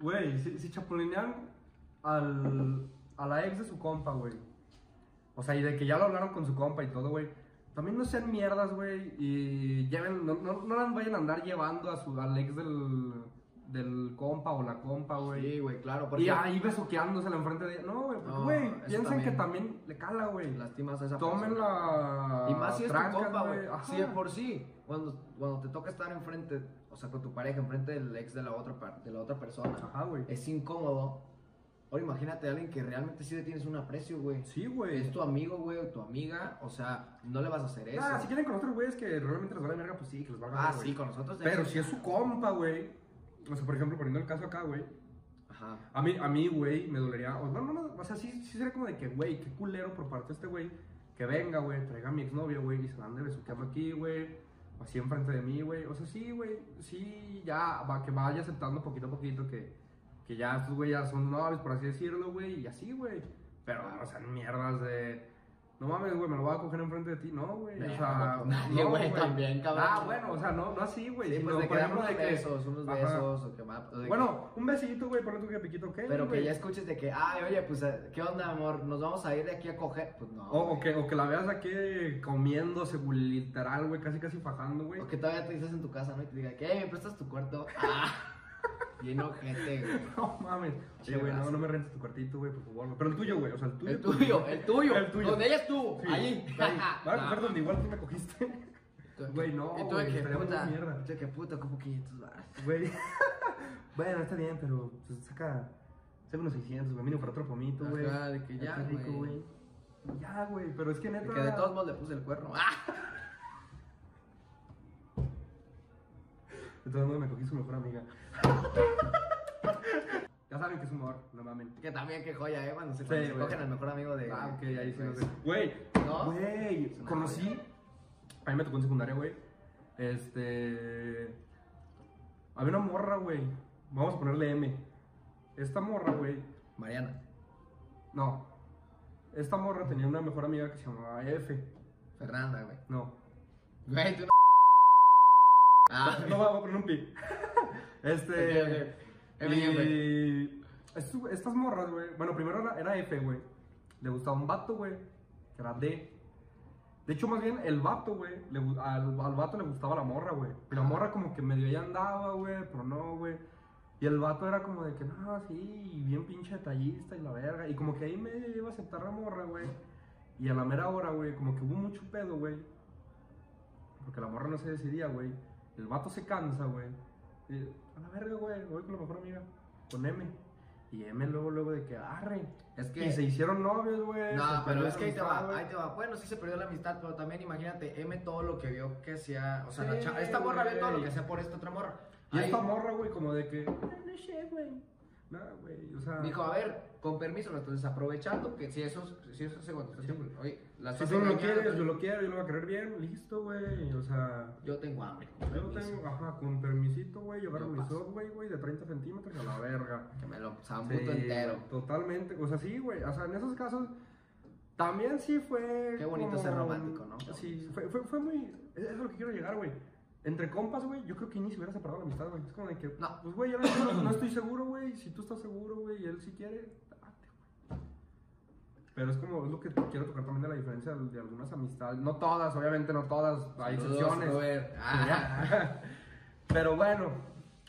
S1: Güey, si, si chapulinean al, a la ex de su compa, güey. O sea, y de que ya lo hablaron con su compa y todo, güey. También no sean mierdas, güey. Y lleven, no, no, no las vayan a andar llevando a su, al ex del, del compa o la compa, güey.
S2: Sí, güey, claro.
S1: y
S2: Porque
S1: ahí besuqueándosela enfrente de ella. No, güey, porque,
S2: No,
S1: güey,
S2: eso
S1: piensen que
S2: también.
S1: también le cala, güey.
S2: lastimas a esa
S1: Tomen
S2: persona.
S1: la.
S2: Y más si es tu
S1: tranca,
S2: compa, güey.
S1: Ajá.
S2: Si de por sí, cuando, cuando te toca estar enfrente, o sea, con tu pareja, enfrente del ex de la otra, par- de la otra persona,
S1: Ajá, güey.
S2: es incómodo. Ahora imagínate a alguien que realmente sí le tienes un aprecio, güey.
S1: Sí, güey.
S2: Es tu amigo, güey, o tu amiga, o sea, no le vas a hacer eso.
S1: Ah, si quieren con otros güeyes que realmente les vale verga, pues sí, que les valga
S2: Ah,
S1: verga,
S2: sí,
S1: güey.
S2: con nosotros. de-
S1: Pero si es su compa, güey. O sea, por ejemplo, poniendo el caso acá, güey.
S2: Ajá.
S1: A mí, a mí, güey, me dolería. O, no, no, no, o sea, sí, sí sería como de que, güey, qué culero por parte de este güey. Que venga, güey, traiga a mi exnovia, güey, y se la ande besuqueando aquí, güey. o Así enfrente de mí, güey. O sea, sí, güey. Sí, ya, va, que vaya aceptando poquito a poquito que, que ya estos güey ya son nobles, por así decirlo, güey. Y así, güey. Pero no sean mierdas de. No mames, güey, me lo voy a coger enfrente de ti. No, güey. O
S2: Verga,
S1: sea,
S2: pues, nadie,
S1: no,
S2: güey, también, cabrón.
S1: Ah, bueno, o sea, no, no así, güey.
S2: Sí, pues
S1: sino,
S2: de
S1: por
S2: que
S1: ejemplo,
S2: unos
S1: de que-
S2: besos, unos
S1: Ajá.
S2: besos, o que va. o de que-
S1: Bueno, un besito, güey, ponle tu que piquito, ¿ok?
S2: Pero que
S1: güey?
S2: ya escuches de que, ay, oye, pues, ¿qué onda, amor? ¿Nos vamos a ir de aquí a coger? Pues no.
S1: O, o
S2: güey.
S1: que, o que la veas aquí comiéndose, güey, literal, güey, casi casi fajando, güey.
S2: O que todavía te dices en tu casa, ¿no? Y te diga, ¿qué? ¿Me prestas tu cuarto? ¡Ah! Bien ojete, güey.
S1: No mames. Oye, güey, no,
S2: raza.
S1: no me rentes tu cuartito, güey, por favor. güey. Pero el tuyo, güey, o sea, el tuyo.
S2: El tuyo, el tuyo.
S1: El tuyo.
S2: Donde ella estuvo,
S1: Sí,
S2: ahí.
S1: ahí. Ah. Van a coger donde igual tú me cogiste. Güey, no,
S2: Y tú
S1: güey,
S2: de que
S1: estaría muy
S2: puta,
S1: mierda.
S2: tú de que puta, como 500 baros.
S1: Güey. bueno, está bien, pero pues, saca, saca unos 600, güey, mínimo para otro pomito, güey.
S2: Ajá, de que ya,
S1: Está rico,
S2: güey.
S1: güey. Ya, güey, pero es que
S2: De
S1: neta.
S2: que de todos modos le puse el cuerno. ¡Ah!
S1: De todos modos me cogí su mejor amiga. ya saben que es humor, no mamen.
S2: Que también, qué joya, ¿eh? Cuando se,
S1: Sí,
S2: cuando se
S1: güey.
S2: cogen al mejor amigo de...
S1: Ah, ok, ahí sí no
S2: pues,
S1: sé. Güey,
S2: ¿No?
S1: Güey,
S2: Es una
S1: conocí. A mí me tocó en secundaria, güey. Este. Había una morra, güey. Vamos a ponerle M. Esta morra, güey.
S2: Mariana.
S1: No. Esta morra tenía una mejor amiga que se llamaba F.
S2: Fernanda, güey.
S1: No.
S2: Güey, tú no... Ah,
S1: No voy a poner un pi. Este.
S2: ok, ok.
S1: y-
S2: F, güey.
S1: estu- Estas morras, güey. Bueno, primero era, era F, güey. Le gustaba un vato, güey. Que era D. De hecho, más bien, el vato, güey. le gu- Al, al vato le gustaba la morra, güey. Y la morra como que medio ahí andaba, güey. Pero no, güey. Y el vato era como de que, no, sí, y bien pinche detallista y la verga. Y como que ahí medio iba a aceptar la morra, güey. Y a la mera hora, güey, como que hubo mucho pedo, güey. Porque la morra no se decidía, güey. El vato se cansa, güey. Y, A la verga, güey, me voy con la mejor amiga. Con M. Y M luego, luego de que arre.
S2: Es que...
S1: Y se hicieron novios, güey. se
S2: No, Este, pero
S1: perdió
S2: es
S1: la
S2: que ahí te
S1: amistad,
S2: va,
S1: güey.
S2: ahí te va. Bueno, sí se perdió la amistad, pero también imagínate, M todo lo que vio que hacía. O sea, la
S1: Sí,
S2: chava- esta morra
S1: güey.
S2: ve todo lo que hacía por esta otra morra.
S1: Y
S2: Ahí
S1: esta morra, güey, como de que. "Ah, No sé, güey. No, güey. O sea.
S2: dijo, a ver, con permiso, lo estás desaprovechando, que si eso, si eso se cuando estás
S1: Sí.
S2: siempre- Oye, la
S1: si
S2: estás
S1: tú no lo
S2: engañando,
S1: quieres, yo lo quiero, yo lo voy a querer bien, listo, güey. O sea.
S2: Yo tengo hambre. con
S1: Yo
S2: permiso.
S1: tengo, ajá, con permisito, güey, yo agarro
S2: Yo
S1: mi
S2: paso.
S1: software, güey, de 30 centímetros a la verga.
S2: Que me lo
S1: Sí,
S2: zambuto entero.
S1: Totalmente. O sea, sí, güey. O sea, en esos casos también sí fue.
S2: Qué bonito
S1: como-
S2: ser romántico, ¿no? Qué
S1: Sí,
S2: bonito.
S1: fue, fue, fue muy. Es es lo que quiero llegar, güey. Entre compas, güey, yo creo que ni se hubiera separado la amistad, güey. Es como de que.
S2: No.
S1: Pues, güey, yo no, no estoy seguro, güey. Si tú estás seguro, güey, y él sí quiere, date, güey. Pero es como, es lo que quiero tocar también de la diferencia de, de algunas amistades. No todas, obviamente no todas. Hay
S2: Saludos,
S1: excepciones.
S2: Robert.
S1: Pero
S2: Ah,
S1: ya. Pero bueno,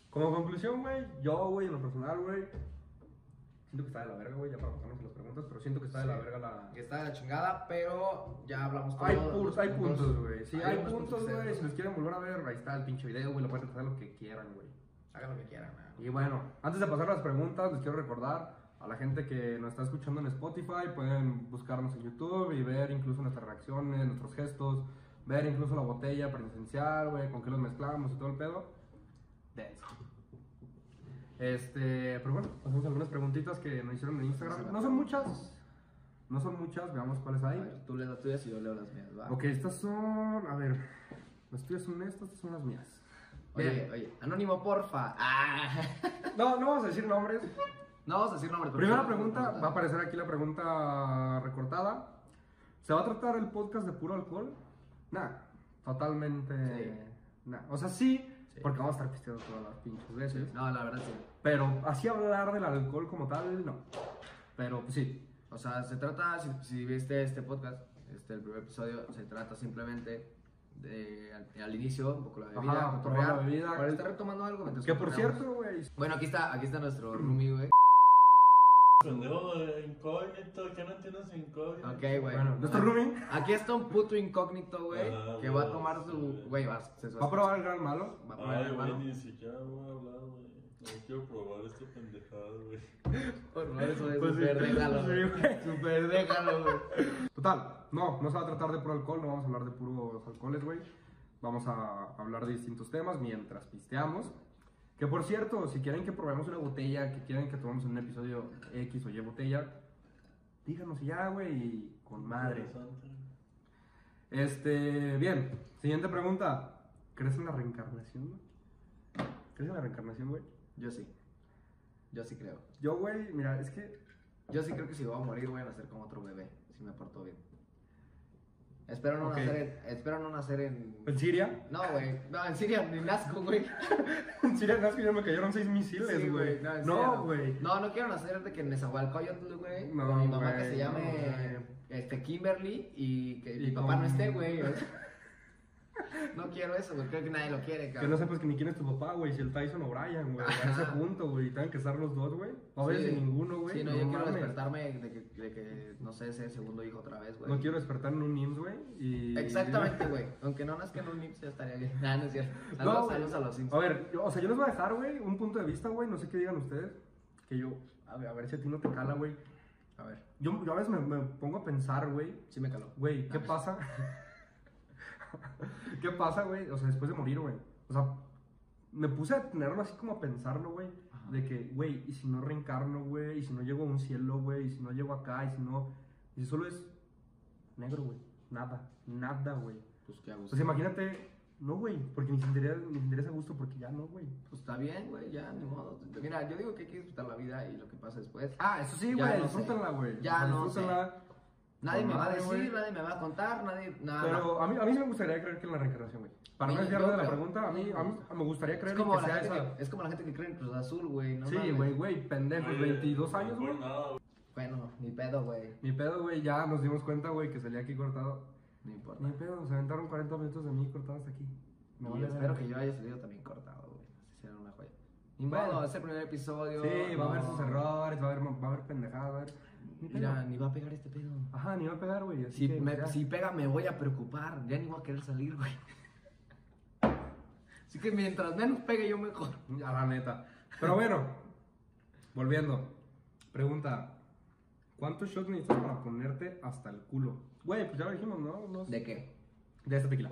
S1: como conclusión, güey, yo, güey, en lo personal, güey, siento que está de la verga, güey, ya para pasarnos a las preguntas, pero siento que está de la
S2: Sí.
S1: verga la...
S2: que está de la chingada, pero ya hablamos todo.
S1: Hay,
S2: los
S1: puntos, hay
S2: puntos.
S1: puntos, güey. Sí, hay,
S2: unos
S1: puntos,
S2: que se-
S1: güey. Si los quieren volver a ver, ahí está el pinche video, güey. Lo pueden tratar lo que quieran, güey.
S2: Hagan lo que quieran, man.
S1: Y bueno, antes de pasar a las preguntas, les quiero recordar a la gente que nos está escuchando en Spotify, pueden buscarnos en YouTube y ver incluso nuestras reacciones, nuestros gestos, ver incluso la botella presencial, güey, con qué los mezclamos y todo el pedo. Denso. Este, pero bueno, pasamos a algunas preguntitas que nos hicieron en Instagram. No son muchas, no son muchas, veamos cuáles
S2: A
S1: hay.
S2: ver, tú lees las tuyas y yo leo las mías, va.
S1: Ok, estas son, a ver, las tuyas son estas, estas son las mías.
S2: Oye,
S1: Bien.
S2: oye, anónimo, porfa. Ah.
S1: No, no vamos a decir nombres,
S2: No vamos a decir nombres. porque-
S1: Primera pregunta, va a aparecer aquí la pregunta recortada. ¿Se va a tratar el podcast de puro alcohol? Nah, totalmente.
S2: Sí.
S1: nah. O sea, sí,
S2: Sí.
S1: Porque vamos a estar pisteando todas las pinches veces.
S2: No, la verdad sí.
S1: Pero así hablar del alcohol como tal, no. Pero pues sí.
S2: O sea, se trata, si, si viste este podcast, este, el primer episodio, se trata simplemente de, al, al inicio, un poco la bebida,
S1: Ajá,
S2: cotorrear,
S1: probar la bebida.
S2: para estar retomando algo. mientras
S1: Que por
S2: cotorreamos.
S1: cierto, Mm. güey.
S2: Bueno, aquí está, aquí está nuestro roomie, güey.
S4: Pendejo de incógnito, que no tienes incógnito.
S2: Ok, güey.
S1: Bueno, nuestro roomie
S2: Aquí está un puto incógnito, güey,
S4: Ah,
S2: que va a
S4: güey,
S2: tomar
S4: sí,
S2: su...
S4: güey.
S2: Güey, va, se
S1: va a probar el gran malo.
S2: va a probar,
S4: Ay, güey,
S2: hermano.
S4: ni siquiera voy a hablar, güey. No quiero probar esta pendejada, güey.
S2: Por favor, eso es
S1: Pues sí.
S2: súper déjalo,
S1: Sí,
S2: güey.
S1: güey.
S2: Súper déjalo, güey.
S1: Total, no, no se va a tratar de puro alcohol, no vamos a hablar de puros alcoholes, güey. Vamos a hablar de distintos temas mientras pisteamos. Que por cierto, si quieren que probemos una botella, que quieren que tomemos en un episodio X o Y botella, díganos y ya, güey, y con madre.
S4: Interesante.
S1: Este, bien, siguiente pregunta. ¿Crees en la reencarnación, güey? ¿Crees en la reencarnación, güey?
S2: Yo sí. Yo sí creo.
S1: Yo, güey, mira, es que
S2: Yo sí creo que si voy a morir voy a nacer como otro bebé, si me porto bien. Espero no
S1: Ok.
S2: nacer en... Espero no nacer en...
S1: en Siria,
S2: No, güey. No, en Siria ni nazco, güey.
S1: en Siria no es que ya me cayeron seis
S2: Sí,
S1: misiles, güey.
S2: No, en Siria
S1: no, güey.
S2: No, no quiero nacer de que en Nezahualcóyotl, güey.
S1: No,
S2: con mi mamá que
S1: güey,
S2: se llame
S1: no, güey.
S2: este, Kimberly y que mi
S1: Y
S2: papá no
S1: con-
S2: esté, güey. o sea. no quiero eso, güey. Creo que nadie lo quiere,
S1: Que no
S2: cabrón.
S1: sepas que ni quién es tu papá, güey. Si el Tyson o Brian, güey. A
S2: Ajá.
S1: ese punto, güey. Tengan que estar los dos, güey. No vayas
S2: Sí.
S1: sin ninguno, güey.
S2: Sí, no, yo quiero
S1: mames.
S2: despertarme de que, de que, no sé, ese segundo hijo otra vez, güey.
S1: No quiero despertar en un IMSS, güey. Y...
S2: Exactamente, güey. Aunque no nazca en un IMSS ya estaría bien. Nah, no es cierto. Saludos,
S1: No, güey.
S2: saludos a los IMSS.
S1: A ver, yo- o sea, yo les voy a dejar, güey, un punto de vista, güey. No sé qué digan ustedes. Que yo, a ver, a ver si a ti no te cala, güey.
S2: A ver,
S1: Yo, yo a veces me, me pongo a pensar, güey.
S2: sí me caló.
S1: Güey, ¿qué
S2: A ver.
S1: pasa? ¿Qué pasa, güey? O sea, después de morir, güey. O sea, me puse a tenerlo así como a pensarlo, güey.
S2: Ajá.
S1: De que, güey, ¿y si no reencarno, güey? ¿Y si no llego a un cielo, güey? ¿Y si no llego acá? ¿Y si no...? Y si solo es negro, güey. Nada, nada, güey.
S2: Pues qué hago.
S1: O sea, imagínate... No, güey, porque ni se interesa, ni se interesa gusto, porque ya no, güey.
S2: Pues está bien, güey, ya, ni modo. Mira, yo digo que hay que disfrutar la vida y lo que pasa después.
S1: Ah, eso sí,
S2: Ya
S1: güey,
S2: no sé.
S1: disfrútenla, güey.
S2: Ya no sé.
S1: disfrútenla.
S2: Nadie me va a
S1: Madre,
S2: decir,
S1: güey.
S2: nadie me va a contar, nadie. Nada.
S1: Pero a mí, a mí sí me gustaría creer que en la reencarnación, güey. Para no
S2: Oye,
S1: desviarme
S2: yo
S1: de la
S2: creo-
S1: pregunta, a mí, a mí me gustaría
S2: es,
S1: creer
S2: como
S1: que
S2: la
S1: sea
S2: gente
S1: esa.
S2: que, es como la gente que cree en Cruz Azul, güey. No
S1: Sí,
S2: mames.
S1: güey, güey, pendejos,
S4: Oye,
S1: 22 años,
S4: no
S1: güey.
S4: por nada, güey.
S2: Bueno, ni pedo, güey.
S1: Ni pedo, güey, ya nos dimos cuenta, güey, que salía aquí cortado.
S2: No importa.
S1: Ni pedo, se aventaron 40 minutos de mí cortado hasta aquí. Me
S2: Y
S1: vale
S2: espero
S1: verga.
S2: que yo haya salido también cortado, güey. Si era una joya. Ni
S1: Bueno.
S2: modo, es el primer episodio.
S1: Sí, va a haber
S2: no.
S1: sus errores, va a haber, va a haber pendejadas, va a haber... Ni pedo.
S2: Mira, ni va a pegar este pedo.
S1: Ajá, ni va a pegar, güey. así
S2: Si,
S1: que,
S2: me-
S1: ya.
S2: si pega me voy a preocupar, ya ni voy a querer salir, güey. Así que mientras menos pegue yo mejor.
S1: A la neta. Pero bueno, volviendo. Pregunta: ¿Cuántos shots necesitas para ponerte hasta el culo? Güey, pues ya lo dijimos, ¿no? No sé.
S2: ¿De qué?
S1: De esta tequila.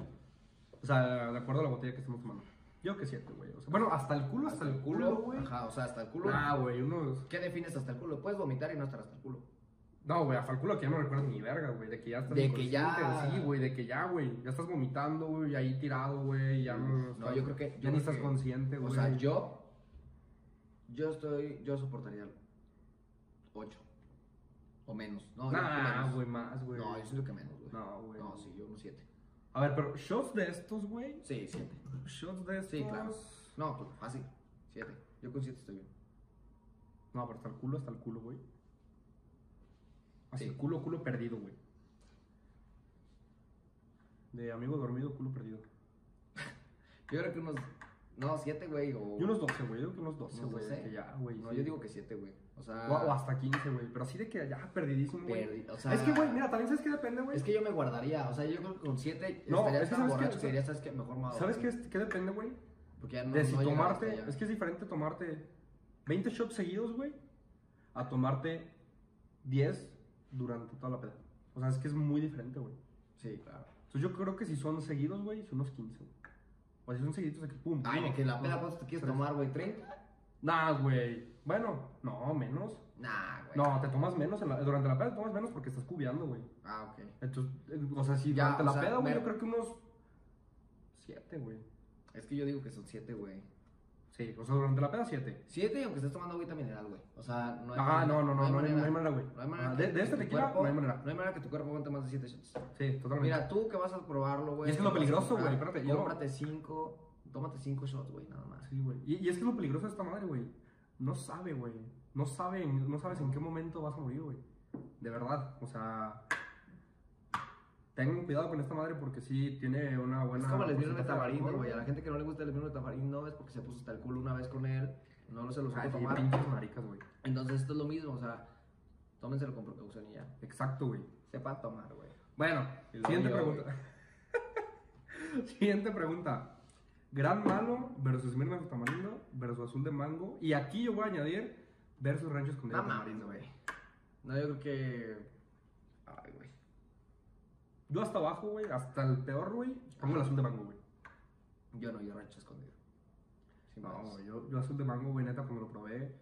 S1: O sea, de acuerdo a la botella que estamos tomando. Yo que siete, güey. o sea, bueno, hasta el culo, hasta, el culo, güey.
S2: Ajá, o sea, hasta el culo.
S1: Ah, güey, unos.
S2: ¿Qué defines hasta el culo? Puedes vomitar y no estar hasta el culo.
S1: No, güey, hasta el culo que ya no recuerdas ni verga, güey. De que ya estás.
S2: De que ya-
S1: inconsciente, Sí, güey, de que ya, güey. Ya estás vomitando, güey, ahí tirado, güey. Ya no.
S2: No,
S1: estás-
S2: yo creo que- yo
S1: Ya
S2: creo
S1: ni estás
S2: que-
S1: consciente,
S2: O
S1: güey.
S2: sea, yo. Yo estoy. Yo soportaría 8. O menos. No, yo creo que
S1: Nah,
S2: menos.
S1: güey, más, güey.
S2: No, yo siento que menos, güey.
S1: No, güey.
S2: No, sí, yo unos 7.
S1: A ver, pero shots de estos, güey.
S2: Sí, 7.
S1: Shots de estos.
S2: Sí, claro. No, pues fácil. 7. Yo con 7 estoy bien.
S1: No, pero hasta el culo, hasta el culo, güey. Así,
S2: Sí.
S1: culo, culo perdido, güey. De amigo dormido, culo perdido.
S2: Yo creo que unos. No, 7, güey. O...
S1: Y unos 12, güey. Yo digo que unos 12,
S2: Unos
S1: güey. de
S2: 12.
S1: que ya, güey.
S2: No,
S1: sí.
S2: yo digo que 7, güey. O sea.
S1: O, o hasta 15, güey. Pero así de que ya, perdidísimo, güey.
S2: Perdi- o sea-
S1: es que, güey, mira, también sabes que depende, güey.
S2: Es que yo me guardaría. O sea, yo creo que con 7
S1: No,
S2: estaría
S1: es que
S2: tan
S1: ¿sabes qué?
S2: borracho que diría, ¿sabes qué? Mejor me voy a
S1: ¿Sabes qué,
S2: dormir".
S1: es- qué depende, güey?
S2: Porque ya no.
S1: de si
S2: no llegaría hasta
S1: tomarte.
S2: allá.
S1: Es que es diferente tomarte 20 shots seguidos, güey, a tomarte 10 durante toda la peda. O sea, es que es muy diferente, güey.
S2: Sí, claro.
S1: Entonces yo creo que si son seguidos, güey, son unos 15. güey. O si son seguiditos de que pum.
S2: Ay,
S1: uno,
S2: de que la peda,
S1: dos,
S2: ¿cuánto te quieres
S1: tres.
S2: tomar, güey? ¿30?
S1: Nah, güey. Bueno, no, menos.
S2: Nah, güey.
S1: No, te tomas menos. en la- durante la peda te tomas menos porque estás cubiando, güey.
S2: Ah, ok.
S1: Entonces, eh, o sea, si
S2: Ya,
S1: durante
S2: o
S1: la
S2: sea,
S1: peda, güey,
S2: me-
S1: yo creo que unos 7, güey.
S2: este, Es que yo digo que son 7, güey.
S1: Sí, o sea, durante la peda 7.
S2: 7 aunque estés tomando agüita mineral, güey. O sea, no hay
S1: Ah, no, no, no, no hay- no hay manera, güey.
S2: No hay manera
S1: Ah,
S2: que-
S1: de- de
S2: que
S1: este
S2: tu
S1: tequila,
S2: cuerpo-
S1: no hay manera.
S2: No hay manera que tu cuerpo aguante más de 7 shots.
S1: Sí, totalmente.
S2: Mira, tú que vas a probarlo, güey.
S1: Y es que lo
S2: vas a
S1: peligroso,
S2: comprar,
S1: güey, espérate, yo-
S2: Cómprate 5, tómate cinco shots, güey, nada más.
S1: Sí, güey. Y, y es que lo peligroso de esta madre, güey. No sabe, güey. No sabe, en- no sabes en qué momento vas a morir, güey. De verdad, o sea. Tengan cuidado con esta madre porque sí tiene una buena.
S2: Es como el vino de
S1: porcentaje de
S2: tamarindo,
S1: alcohol,
S2: güey. A la gente que pues no le gusta el vino de tamarindo es porque se puso hasta el culo una vez con él, no lo se lo supo
S1: Ah, sí,
S2: tomar.
S1: pinches maricas, güey.
S2: Entonces esto es lo mismo, o sea, tómenselo con precaución y ya.
S1: Exacto, güey.
S2: Sepan tomar, güey.
S1: Bueno,
S5: Y lo
S1: siguiente
S5: dio,
S1: pregunta. siguiente pregunta. Gran Malo versus Mirna de Tamarindo versus Azul de Mango. Y aquí yo voy a añadir versus Rancho Escondido
S2: No
S1: de
S2: mames,
S1: Tamarindo.
S2: güey. No, yo creo que. Ay, güey.
S1: Yo hasta abajo, güey, hasta el peor, güey, pongo el Azul de Mango, güey.
S2: Yo no, yo rancho escondido. Sin
S1: No,
S2: más.
S1: güey, yo, yo azul de mango, güey, neta, cuando lo probé.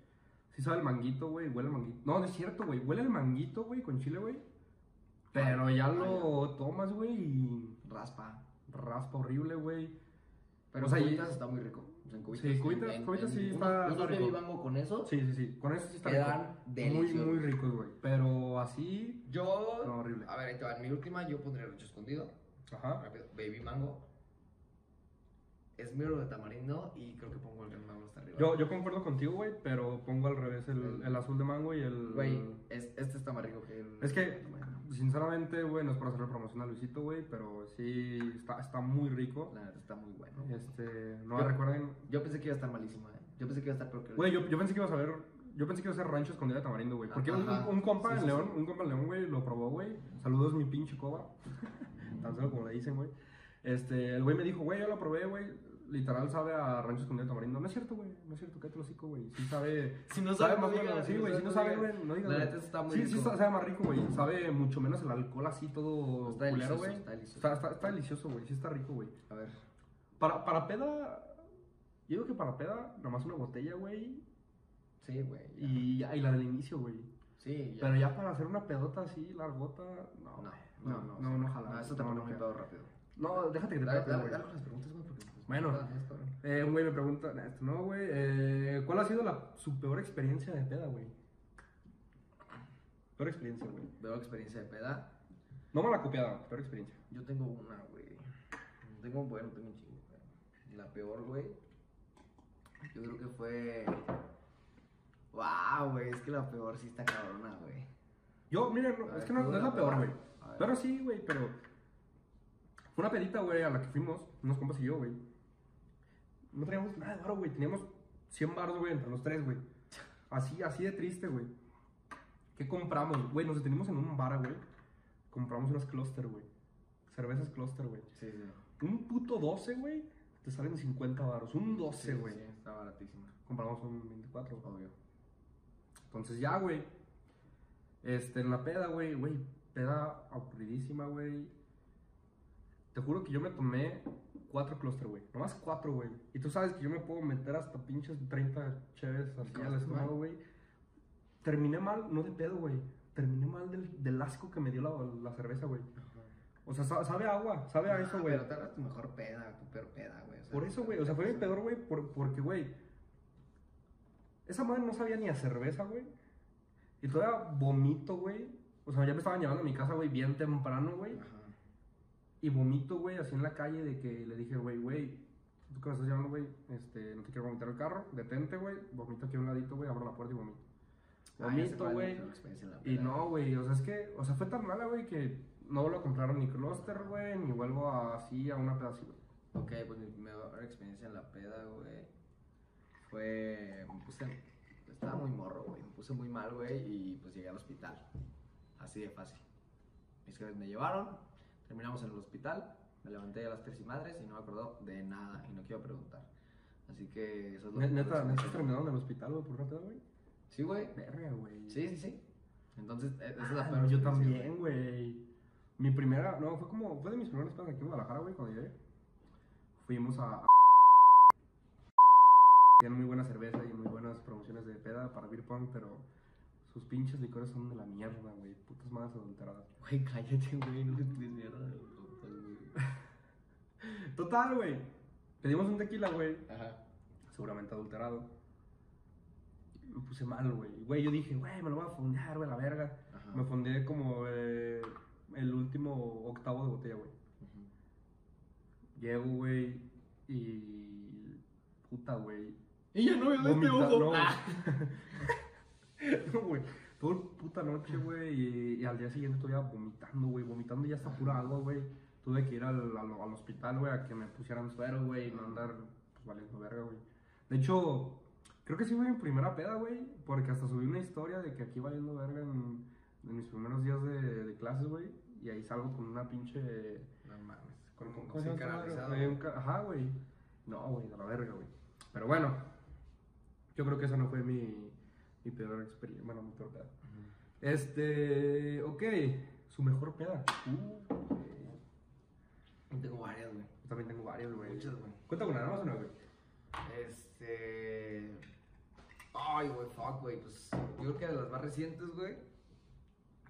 S1: Sí sabe el manguito, güey, huele el manguito. No, no es cierto, güey, huele el manguito, güey, con chile, güey. Pero ya lo tomas, güey, y
S2: Raspa.
S1: raspa horrible, güey.
S2: Pero
S1: O sea,
S2: en
S1: y-
S2: cubitas está muy rico. O sea, en cubitas.
S1: Sí, cubitas- cubitas sí
S2: unos-
S1: está- está
S2: Unos
S1: rico.
S2: baby mango con eso.
S1: Sí, sí, sí, con eso sí está
S2: Quedan
S1: rico. Muy,
S2: deliciosos.
S1: muy ricos, güey. Pero así,
S2: Yo.
S1: no, horrible.
S2: A ver, ahí te va. En mi última yo pondré rancho escondido.
S1: Ajá.
S2: Rápido. Baby mango. Es miro de tamarindo y creo que pongo el gran mango hasta arriba.
S1: Yo, yo concuerdo contigo, güey, pero pongo al revés el, el azul de mango y el...
S2: Güey, es- este está más rico que el.
S1: Es que, sinceramente, güey, no es para hacerle promoción a Luisito, güey, pero sí está, está muy rico.
S2: La neta está muy bueno.
S1: Este, no
S2: Yo-
S1: recuerden.
S2: Yo pensé que iba a estar malísimo, eh. Yo pensé que iba a estar peor que el.
S1: Güey, yo, yo pensé que iba a saber. Yo pensé que iba a ser rancho escondido de tamarindo, güey. Porque un,
S2: Ajá.
S1: un compa
S2: Sí,
S1: en
S2: sí,
S1: León, un compa en León, güey, lo probó, güey. Saludos, mi pinche coba. Tan solo como le dicen, güey. Este, el güey me dijo, güey, yo lo probé, güey. Literal sabe a rancho escondido de tamarindo. No es cierto, güey. No es cierto, cállate el hocico, güey. Sí sabe.
S2: Si no
S1: sabe
S2: sabe,
S1: más
S2: no
S1: bueno.
S2: digas,
S1: Sí,
S2: si no
S1: güey.
S2: sabe,
S1: Si no
S2: no
S1: sabe,
S2: digas.
S1: güey, no digas.
S2: La
S1: güey.
S2: neta está muy
S1: Sí, sí,
S2: rico.
S1: sa- sabe más rico, güey. Sabe mucho menos el alcohol así todo
S2: Está
S1: culero,
S2: delicioso,
S1: güey.
S2: está delicioso.
S1: Está, está- está delicioso, güey. Sí está rico, güey.
S2: A ver.
S1: Para, para peda. Yo digo que para peda, nomás una botella, güey.
S2: Sí, güey. ya.
S1: Y, ya- y la del inicio, güey.
S2: Sí, ya.
S1: Pero ya para hacer una pedota así, largota, no.
S2: No,
S1: güey. no,
S2: no, no.
S1: no,
S2: sí.
S1: no, ojalá.
S2: No, eso te pone
S1: no,
S2: muy
S1: no.
S2: pedo rápido.
S1: No, déjate que te
S2: Dale,
S1: pegue,
S2: dale,
S1: güey.
S2: dale con las preguntas, güey, porque. pues,
S1: Bueno.
S2: no, es cabrón.
S1: Eh, un güey me pregunta, nah, esto no, güey. Eh, ¿Cuál ha sido la, su peor experiencia de peda, güey? Peor experiencia, güey.
S2: Veo experiencia de peda.
S1: No me la copiada, peor experiencia.
S2: Yo tengo una, güey. Tengo un bueno, tengo un chingo, güey. La peor, güey. Yo creo que fue. ¡Wow, güey! Es que la peor sí está cabrona, güey.
S1: Yo, miren, no,
S2: A
S1: es
S2: ver,
S1: que no,
S2: tú
S1: no es la
S2: la
S1: peor,
S2: peor.
S1: güey.
S2: A ver.
S1: Pero sí, güey, pero. Fue una pedita, güey, a la que fuimos, unos compas y yo, güey. No teníamos nada de oro, güey. Teníamos 100 baros, güey, entre los tres, güey. Así, así de triste, güey. ¿Qué compramos? Güey, nos detenimos en un bar, güey. Compramos unas cluster, güey. Cervezas cluster, güey.
S2: Sí, sí.
S1: Un puto 12, güey. Te salen 50 baros. Un 12, güey.
S2: Sí, está baratísima.
S1: Compramos un 24, güey.
S2: Obvio.
S1: Entonces ya, güey. Este, en la peda, güey, güey, peda aburridísima, güey. Te juro que yo me tomé cuatro cluster, güey. Nomás cuatro, güey. Y tú sabes que yo me puedo meter hasta pinches 30 cheves así
S2: Acabaste
S1: al estómago,
S2: mal.
S1: güey. Terminé mal, no de pedo, güey. Terminé mal del, del asco que me dio la, la cerveza, güey. O sea, sa- sabe a agua, sabe a eso, güey.
S2: Pero te agarras tu mejor peda, tu peor peda, güey. o sea,
S1: Por eso, güey. O sea, fue mi peor, güey, por- porque, güey. Esa madre no sabía ni a cerveza, güey. Y todavía vomito, güey. O sea, ya me estaban llevando a mi casa, güey, bien temprano, güey.
S2: Ajá.
S1: Y vomito, güey, así en la calle de que le dije, güey, güey, tú que me estás llevando, güey, este, no te quiero vomitar el carro, detente, güey, vomito aquí a un ladito, güey, abro la puerta y vomito.
S2: Ah, ya sé
S1: Vomito,
S2: cuál es
S1: güey.
S2: la peor experiencia en la
S1: Y
S2: peda.
S1: no, güey, o sea, es que, o sea, fue tan mala, güey, que no vuelvo a comprar ni cluster, güey, ni vuelvo a- así a una pedacito, güey.
S2: Ok, pues mi peor experiencia en la peda, güey, fue... Me puse... Estaba muy morro, güey. Me puse muy mal, güey, y pues llegué al hospital. Así de fácil. Mis jefes me llevaron, terminamos en el hospital, me levanté a las tres y madres y no me acuerdo de nada y no quiero preguntar. Así que eso es lo
S1: Ne-
S2: que-
S1: Neta, neta, terminaron en el hospital, güey, por una peda, güey.
S2: Sí, güey.
S1: Verga, güey.
S2: Sí, sí, sí. Entonces, e- esa es la
S1: Ah,
S2: peor
S1: yo
S2: experiencia,
S1: también, güey. Mi primera, no, fue como, fue de mis primeras pedas aquí en Guadalajara, güey, cuando llegué. Fuimos a. Tienen muy buena cerveza y muy buenas promociones de peda para beer pong, pero sus pinches licores son de la mierda, güey. Putas madres adulteradas.
S2: Güey, cállate, güey. No me tires mierda. de los doctores, güey.
S1: Total, güey. Pedimos un tequila, güey.
S2: Ajá.
S1: seguramente adulterado. Me puse mal, güey. Güey, yo dije, güey, me lo voy a fondear, güey, la verga.
S2: Ajá.
S1: Me fondeé como eh, el último octavo de botella, güey.
S2: Ujú.
S1: Llego, güey, Y. Puta, güey.
S2: Y ya no veo de este
S1: Vomita-
S2: ojo.
S1: no.
S2: Ah.
S1: No, güey. Todo el puta noche, güey. Y, y al día siguiente todavía vomitando, güey. Vomitando ya está pura agua, güey. Tuve que ir al, al, al hospital, güey, a que me pusieran suero, güey. Y no andar, pues, valiendo verga, güey. De hecho, creo que sí fue mi primera peda, güey. Porque hasta subí una historia de que aquí valiendo verga en, en mis primeros días de, de clases, güey. Y ahí salgo con una pinche...
S3: No mames.
S1: Con, con,
S3: sí,
S1: con
S3: canalizado.
S1: Ajá, güey. No, güey, a la verga, güey. Pero bueno, yo creo que esa no fue mi, mi peor experiencia. Bueno, mi peor peda. Este, ok, su mejor peda. Uh,
S3: Yo Tengo varias, güey.
S1: yo también tengo varios, güey.
S3: Muchas, güey.
S1: Cuenta con una, no más una, güey.
S3: Este. Ay, güey, fuck, güey. Pues yo creo que de las más recientes, güey.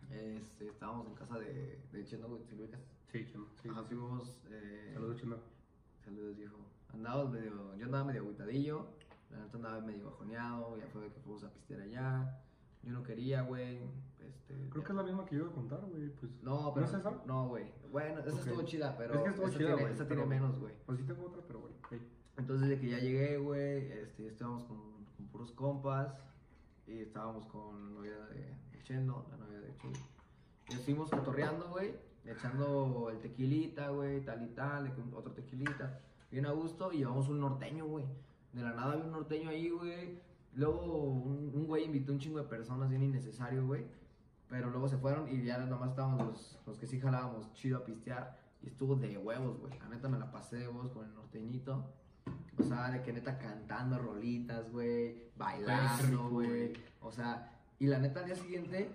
S2: Este, estábamos en casa de, de Chendo, güey, ¿te ubicas?
S1: Sí, chino. Sí,
S2: Ajá, fuimos, eh,
S1: Ah, Saludos, chino.
S2: Saludos, viejo. Andábamos medio, yo andaba medio agüitadillo, la neta andaba medio bajoneado, ya fue de que fuimos a pistear allá. Yo no quería, güey. Este,
S1: Creo
S2: ya-
S1: que es la misma que yo iba a contar, güey. Pues,
S2: No, pero.
S1: ¿No es esa?
S2: No, güey. Bueno, esa
S1: Ok.
S2: estuvo chida, pero.
S1: Es que estuvo
S2: esa
S1: chida,
S2: tiene-
S1: güey,
S2: Esa tiene
S1: pero-
S2: menos, güey.
S1: pues sí tengo otra, pero bueno. Hey.
S2: Entonces, de que ya llegué, güey, este, estábamos con, con puros compas y estábamos con la novia de de Chendo, la novia de Chendo. Y estuvimos cotorreando, güey, echando el tequilita, güey, tal y tal, le- con otro tequilita, bien a gusto, y llevamos un norteño, güey. De la nada había un norteño ahí, güey. Luego un un güey invitó un chingo de personas bien innecesario, güey. Pero luego se fueron y ya nomás estábamos los, los que sí jalábamos chido a pistear. Y estuvo de huevos, güey. La neta me la pasé de huevos con el norteñito. O sea, de que neta cantando rolitas, güey, bailando,
S1: rico,
S2: güey.
S1: güey.
S2: O sea, y la neta al día siguiente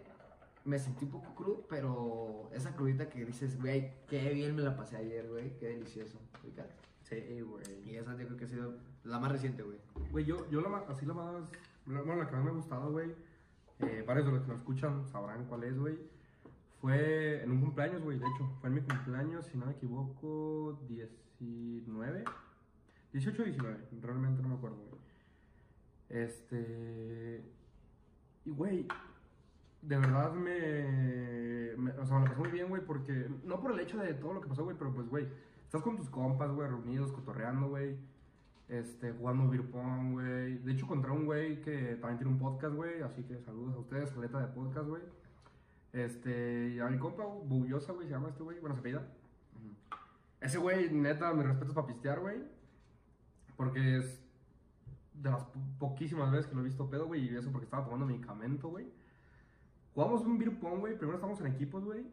S2: me sentí un poco crudo, pero esa crudita que dices, güey, qué bien me la pasé ayer, güey, qué delicioso. Fíjate.
S1: Sí, güey.
S2: Y esa yo creo que ha sido la más reciente, güey.
S1: Güey, yo, yo la, ma- así la más. la- Bueno, la que más me ha gustado, güey. eh, varios de los que nos escuchan sabrán cuál es, güey. Fue en un cumpleaños, güey, de hecho. Fue en mi cumpleaños, si no me equivoco, 19. 18 o 19, realmente no me acuerdo, güey. Este. Y, güey, de verdad me, me- O sea, me lo pasé muy bien, güey, porque. No por el hecho de todo lo que pasó, güey, pero pues, güey. Estás con tus compas, güey, reunidos, cotorreando, güey. Este, jugando beer pong, güey. De hecho, encontré un güey que también tiene un podcast, güey. Así que saludos a ustedes, coleta de podcast, güey. Este, y a mi compa, Bullosa, güey, se llama este güey. Bueno, se pida. Ese güey, neta, mis respetos para pistear, güey. Porque es de las po- poquísimas veces que lo he visto pedo, güey. Y eso porque estaba tomando medicamento, güey. Jugamos un beer pong, güey. Primero estábamos en equipos, güey.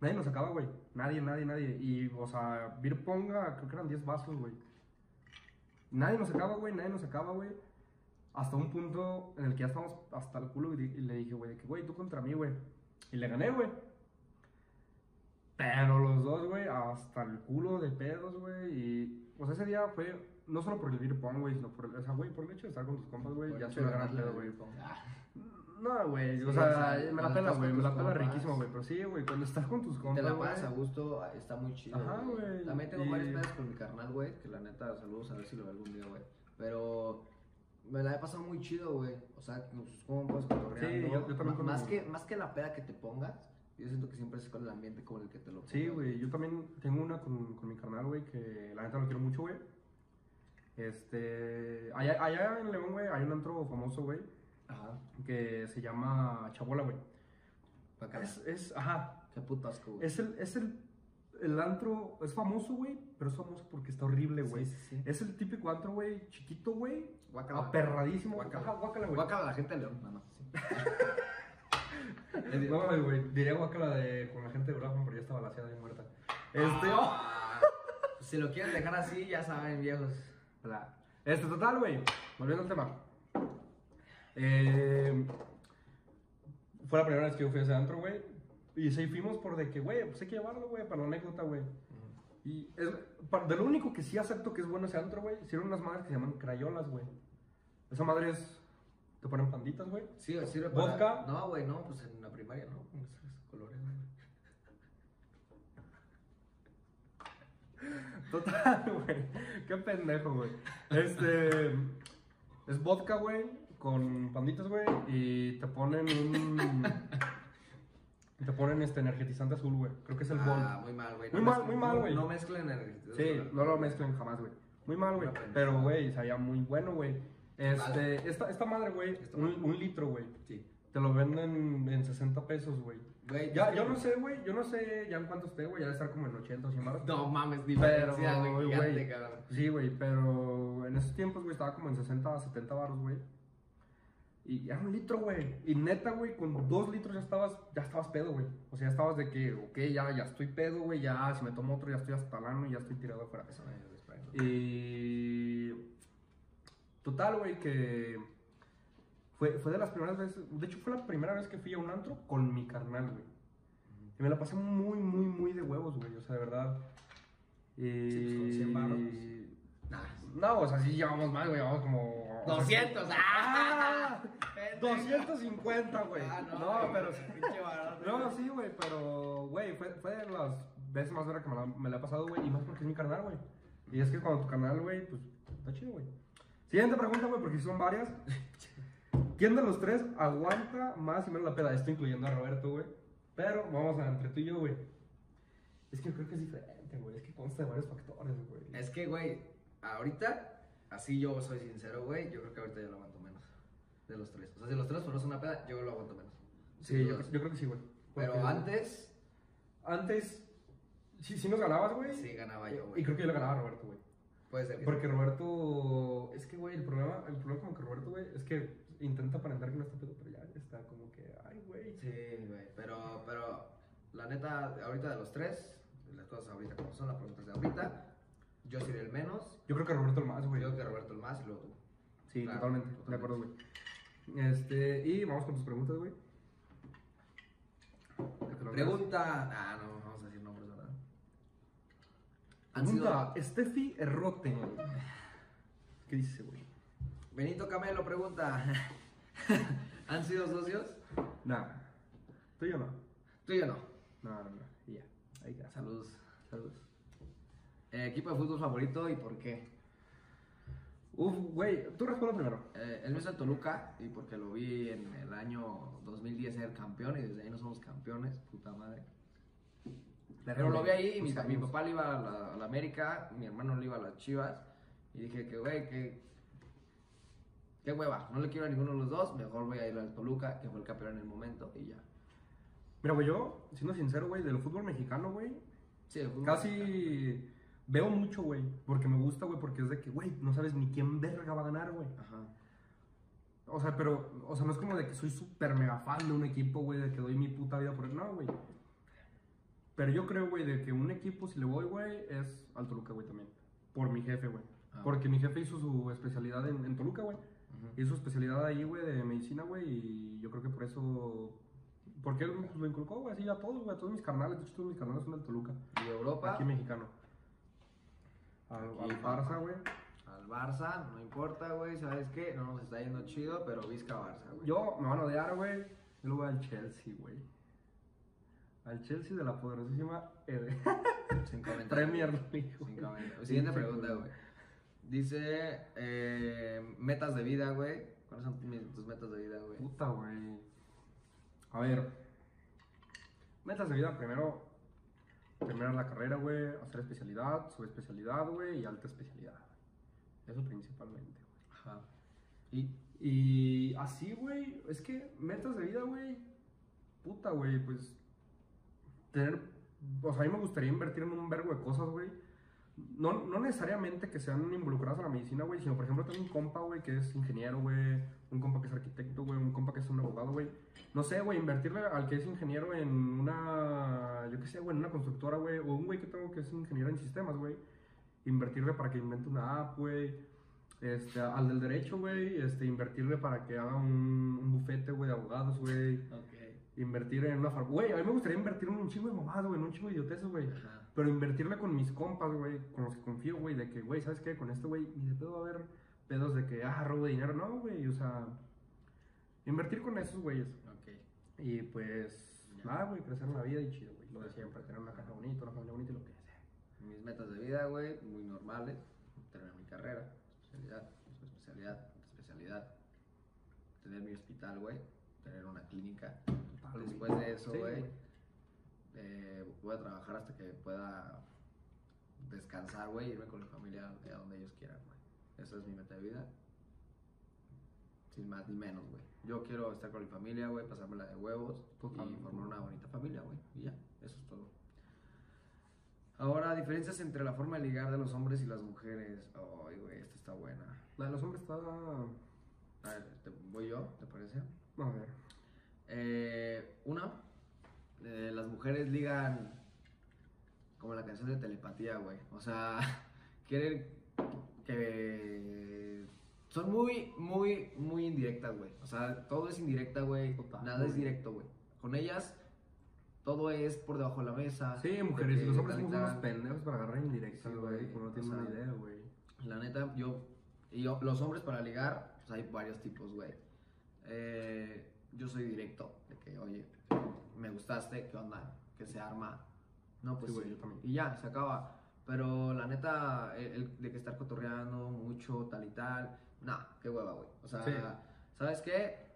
S1: Nadie nos sacaba, güey. Nadie, nadie, nadie. Y, o sea, beer pong, ah, creo que eran 10 vasos, güey. Nadie nos sacaba, güey, nadie nos sacaba, güey. Hasta un punto en el que ya estábamos hasta el culo y, di- y le dije, güey, de que, güey, tú contra mí, güey. Y le gané, güey. Pero los dos, güey, hasta el culo de pedos, güey. Y, o sea, ese día fue, no solo por el beer pong, güey, sino por el, o sea, güey, por el hecho de estar con tus compas, güey, ya se lo
S2: Por hecho de
S1: gran
S2: ganarle
S1: pedo,
S2: al
S1: güey.
S2: Beer Pong. Ah,
S1: No, güey, o
S2: Sí, o
S1: sea,
S2: sea,
S1: me
S2: cuando
S1: la pela,
S2: estás
S1: güey,
S2: con
S1: me la
S2: tus
S1: pela
S2: compas.
S1: riquísimo, güey. Pero sí, güey, cuando estás con tus
S2: Te
S1: compas,
S2: la
S1: güey,
S2: pasas a gusto, está muy chido.
S1: Ajá, güey.
S2: También tengo
S1: Y-
S2: varios pedos con mi carnal, güey, que la neta, saludos, a ver si lo veo algún día, güey. Pero me la he pasado muy chido, güey. O sea, pues, con sus compas, cotorreando.
S1: Sí, yo- yo también
S2: Ma-
S1: con-
S2: más, que, más que la peda que te pongas, yo siento que siempre es con el ambiente con el que te lo pongas.
S1: Sí, güey, yo también tengo una con, con mi canal, güey, que la neta lo quiero mucho, güey. Este, allá, allá en León, güey, hay un antro famoso, güey,
S2: Ajá.
S1: que se llama Chabola, güey.
S2: Bacala.
S1: Es, es, ajá,
S2: Qué puto asco, güey.
S1: es el, es el, el antro, es famoso, güey, pero es famoso porque está horrible, güey.
S2: Sí, sí, sí.
S1: Es el típico antro, güey, chiquito, güey,
S2: Guácala.
S1: aperradísimo.
S2: Guácala.
S1: Ajá, guácala, güey.
S2: Guácala a la gente de León, nada más. sí.
S1: No, mames, Eh, güey, diría guácala de, con la gente de Brafman, pero ya estaba laseada y muerta. Este,
S2: Ah, si lo quieren dejar así, ya saben, viejos.
S1: Hola. Este, total, güey. Volviendo al tema. Eh, fue la primera vez que yo fui a ese antro, güey. Y sí fuimos por de que, güey, pues hay que llevarlo, güey, para la anécdota, güey. Y es, pa- de lo único que sí acepto que es bueno ese antro, güey, hicieron unas madres que se llaman crayolas, güey. Esa madre es. Te ponen panditas, güey.
S2: Sí, sirve para...
S1: ¿Vodka?
S2: No, güey, no, pues en la primaria, ¿no? Con esos colores, güey.
S1: Total, güey. Qué pendejo, güey. Este. Es vodka, güey. Con panditas, güey. Y te ponen un. Te ponen este energizante azul, güey. Creo que es el
S2: Ah,
S1: Bolt.
S2: muy mal, güey.
S1: Muy mal, muy mal, güey.
S2: No mezclen el...
S1: Sí, no lo mezclen jamás, güey. Muy mal, güey.
S2: Una pendejada.
S1: Pero, güey, sabía muy bueno, güey.
S3: Vale.
S1: Este, esta, esta madre, güey,
S2: Esta madre.
S1: un, un litro, güey.
S2: Sí.
S1: Te lo venden en 60 pesos, güey.
S2: Güey,
S1: Ya,
S2: es
S1: yo
S2: que-
S1: no sé, güey, yo no sé ya en cuánto esté, güey, ya debe estar como en 80 o 100 baros.
S3: No mames,
S1: pero,
S3: diferencia, güey, gigante,
S1: güey,
S3: cabrón.
S1: Sí, güey, pero en esos tiempos, güey, estaba como en 60, 70 baros, güey. Y era un litro, güey. Y neta, güey, con dos litros ya estabas, ya estabas pedo, güey. O sea, ya estabas de que, ok, ya, ya estoy pedo, güey, ya si me tomo otro ya estoy hasta lano y ya estoy tirado afuera.
S2: Eso no es Sprite.
S1: Y. Total, güey, que. Fue, fue de las primeras veces. De hecho, fue la primera vez que fui a un antro con mi carnal, güey. Y me la pasé muy, muy, muy de huevos, güey. O sea, de verdad. Y...
S2: Sí, pues, con 100 varos.
S3: Nah,
S1: No, o sea, sí llevamos más, güey. Llevamos como.
S3: 200,
S1: ¡Ah!
S3: ¡ah!
S1: 250, güey.
S3: Ah,
S1: no,
S3: güey,
S1: pero.
S3: pinche barato.
S1: No, sí, güey, pero, güey, fue, fue de las veces más veras que me la, me la ha pasado, güey, y más porque es mi canal, güey. Y es que cuando tu canal, güey, pues, está chido, güey. Siguiente pregunta, güey, porque son varias. ¿Quién de los tres aguanta más y menos la peda? Esto incluyendo a Roberto, güey. Pero vamos a entre tú y yo, güey. Es que yo creo que es diferente, güey. Es que consta de varios factores, güey.
S2: Es que, güey, ahorita, así yo soy sincero, güey, yo creo que ahorita yo lo aguanto menos. De los tres. O sea, si los tres fueron una peda, yo lo aguanto menos.
S1: Sí, yo, yo creo que sí, güey.
S2: Pero
S1: Porque
S2: antes,
S1: Antes, sí, sí nos ganabas, güey.
S2: sí ganaba yo,
S1: Y
S2: güey.
S1: creo que yo le ganaba a Roberto, güey.
S2: Puede ser que
S1: Porque Roberto, es que güey, el problema, el problema como que Roberto, güey, es que intenta aparentar que no está pedo, pero ya está como que, ay, güey.
S2: sí. Sí, güey. Pero, pero, la neta, ahorita de los tres, las cosas ahorita como son, las preguntas de ahorita, yo sería el menos,
S1: Yo creo que Roberto el más,
S2: yo
S1: güey.
S2: creo que Roberto el más y luego tú.
S1: Sí,
S2: Claro,
S1: totalmente, de
S2: totalmente.
S1: acuerdo, güey. Este, y vamos con tus preguntas, güey. Creo que lo
S2: Pregunta. Ah, no, vamos a decir nombres, ¿verdad? Han
S1: hagas.
S2: sido-
S1: Pregunta, Steffi Errote. ¿Qué dice, güey?
S2: Benito Camelo pregunta. ¿Han sido socios?
S1: Nada. ¿Tú y yo no?
S2: Tú y yo no.
S1: No, no, no. Y ya. Ahí queda.
S2: Saludos.
S1: Saludos.
S2: Eh, ¿Equipo de fútbol favorito y por qué?
S1: Uf, güey, tú responde primero.
S2: Eh, el mío es el Toluca y porque lo vi en el año 2010 ser campeón y desde ahí no somos campeones, puta madre. Pero lo vi ahí
S1: Pues
S2: y mi, mi papá le iba a la, a la América, mi hermano le iba a las Chivas y dije que, güey, que... Qué hueva, no le quiero a ninguno de los dos, mejor voy a ir al Toluca, que fue el campeón en el momento y ya.
S1: Mira, güey, yo, siendo sincero, güey, del fútbol mexicano, güey,
S2: Sí, el fútbol
S1: casi veo mucho, güey, porque me gusta, güey, porque es de que, güey, no sabes ni quién verga va a ganar, güey.
S2: Ajá.
S1: O sea, pero, o sea, no es como de que soy súper mega fan de un equipo, güey, de que doy mi puta vida por él, no, güey. Pero yo creo, güey, de que un equipo, si le voy, güey, es al Toluca, güey, también. Por mi jefe, güey.
S2: Ah.
S1: Porque mi jefe hizo su especialidad en, en Toluca, güey. Hizo su especialidad ahí, güey, de medicina, güey, y yo creo que por eso... Porque él pues, lo inculcó, güey, así a todos, güey, a todos mis carnales. De hecho, todos mis carnales son del Toluca.
S2: Y de Europa,
S1: Aquí mexicano. Al,
S2: Aquí,
S1: al Barça, güey.
S2: al Barça, no importa, güey, ¿sabes qué? No nos está yendo chido, pero Vizca Barça, güey.
S1: Yo me van a odiar, güey. Yo lo voy al Chelsea, güey. Al Chelsea de la poderosísima eh,
S2: Sin comentarios.
S1: Premier League. güey.
S2: Sin comentarios. Siguiente pregunta, güey. Dice, eh, metas de vida, güey. ¿Cuáles son tus- tus metas de vida, güey?
S1: Puta, güey. A ver. Metas de vida primero. Terminar la carrera, güey. Hacer especialidad, subespecialidad, güey. Y alta especialidad. Eso principalmente, güey.
S2: Ajá.
S1: Y, y así, güey, es que metas de vida, güey, puta, güey, pues tener, o sea, a mí me gustaría invertir en un vergo de cosas, güey. No, no necesariamente que sean involucradas a la medicina, güey, sino, por ejemplo, tengo un compa, güey, que es ingeniero, güey, un compa que es arquitecto, güey, un compa que es un abogado, güey. No sé, güey, invertirle al que es ingeniero en una, yo qué sé, güey, en una constructora, güey, o un güey que tengo que es ingeniero en sistemas, güey. Invertirle para que invente una app, güey. Este, al del derecho, güey, este, invertirle para que haga un, un bufete, güey, de abogados, güey.
S2: Ok.
S1: Invertir en una farmacia. Güey, a mí me gustaría invertir en un chingo de mamadas, güey, en un chingo de idioteces, güey.
S2: Ajá.
S1: Pero invertirle con mis compas, güey, con los que confío, güey, de que, güey, ¿sabes qué? Con este, güey, ni de pedo va a haber pedos de que, ah, robo de dinero. No, güey, o sea, invertir con esos güeyes.
S2: Ok.
S1: Y pues,
S2: Ya.
S1: nada, güey, crecer en la vida y chido, güey. Lo de siempre, tener una casa bonita, una familia bonita y lo que sea.
S2: Mis metas de vida, güey, muy normales. Terminar mi carrera, especialidad, especialidad, especialidad. Tener mi hospital, güey. Tener una clínica.
S1: Total, güey.
S2: Después de eso,
S1: Sí,
S2: güey, eh, voy a trabajar hasta que pueda descansar, güey, irme con mi familia a donde ellos quieran, güey. Esa es mi meta de vida. Sin más ni menos, güey. Yo quiero estar con mi familia, güey, pasármela de huevos y
S1: Totalmente.
S2: formar una bonita familia, güey. Y ya, eso es todo. Ahora, diferencias entre la forma de ligar de los hombres y las mujeres. Ay, güey, esta está buena.
S1: La de los hombres está.
S2: A ver, te- voy yo, ¿te parece?
S1: A ver.
S2: Eh, una, eh, las mujeres ligan como la canción de telepatía, güey. O sea, quieren que... Son muy, muy, muy indirectas, güey. O sea, todo es indirecta, güey.
S1: Total,
S2: Nada es
S1: muy.
S2: directo, güey. Con ellas, todo es por debajo de la mesa.
S1: Sí,
S2: de
S1: mujeres,
S2: que
S1: los hombres somos
S2: tal y
S1: unos
S2: tal.
S1: pendejos para agarrar indirectas,
S2: Sí,
S1: güey.
S2: güey,
S1: porque no
S2: o
S1: tienen una
S2: sea,
S1: idea, güey.
S2: La neta, yo, y yo- los hombres para ligar, pues hay varios tipos, güey. Eh, yo soy directo, de que, oye, me gustaste, ¿qué onda? Que se arma. No, pues
S1: Sí, güey,
S2: sí.
S1: yo también.
S2: Y ya, se acaba. Pero la neta, el, el de que estar cotorreando mucho, tal y tal, nah, qué hueva, güey. O sea,
S1: Sí.
S2: ¿sabes qué?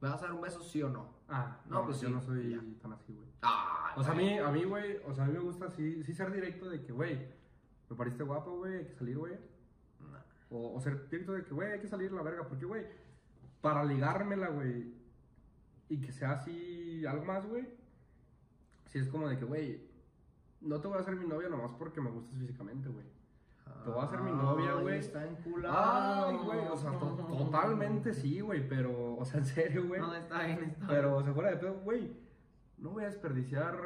S2: ¿Me vas a dar un beso, sí o no?
S1: Ah,
S2: No,
S1: no,
S2: pues
S1: yo
S2: sí,
S1: no soy
S2: ya.
S1: tan así, güey.
S2: Ah,
S1: O sea, a mí, a mí, güey, o sea, a mí me gusta sí, sí ser directo de que, güey, me pariste guapo, güey, hay que salir, güey.
S2: Nah.
S1: O, o ser directo de que, güey, hay que salir a la verga, porque, güey, para ligármela, güey, y que sea así algo más, güey, si es como de que, güey, no te voy a hacer mi novia nomás porque me gustas físicamente, güey. Te voy a hacer mi novia,
S2: Ay,
S1: güey.
S2: Está enculado.
S1: Ay, güey, o sea, to- totalmente sí, güey, pero, o sea, en serio, güey.
S2: No, está bien, está bien.
S1: Pero, o sea, fuera de pedo, güey, no voy a desperdiciar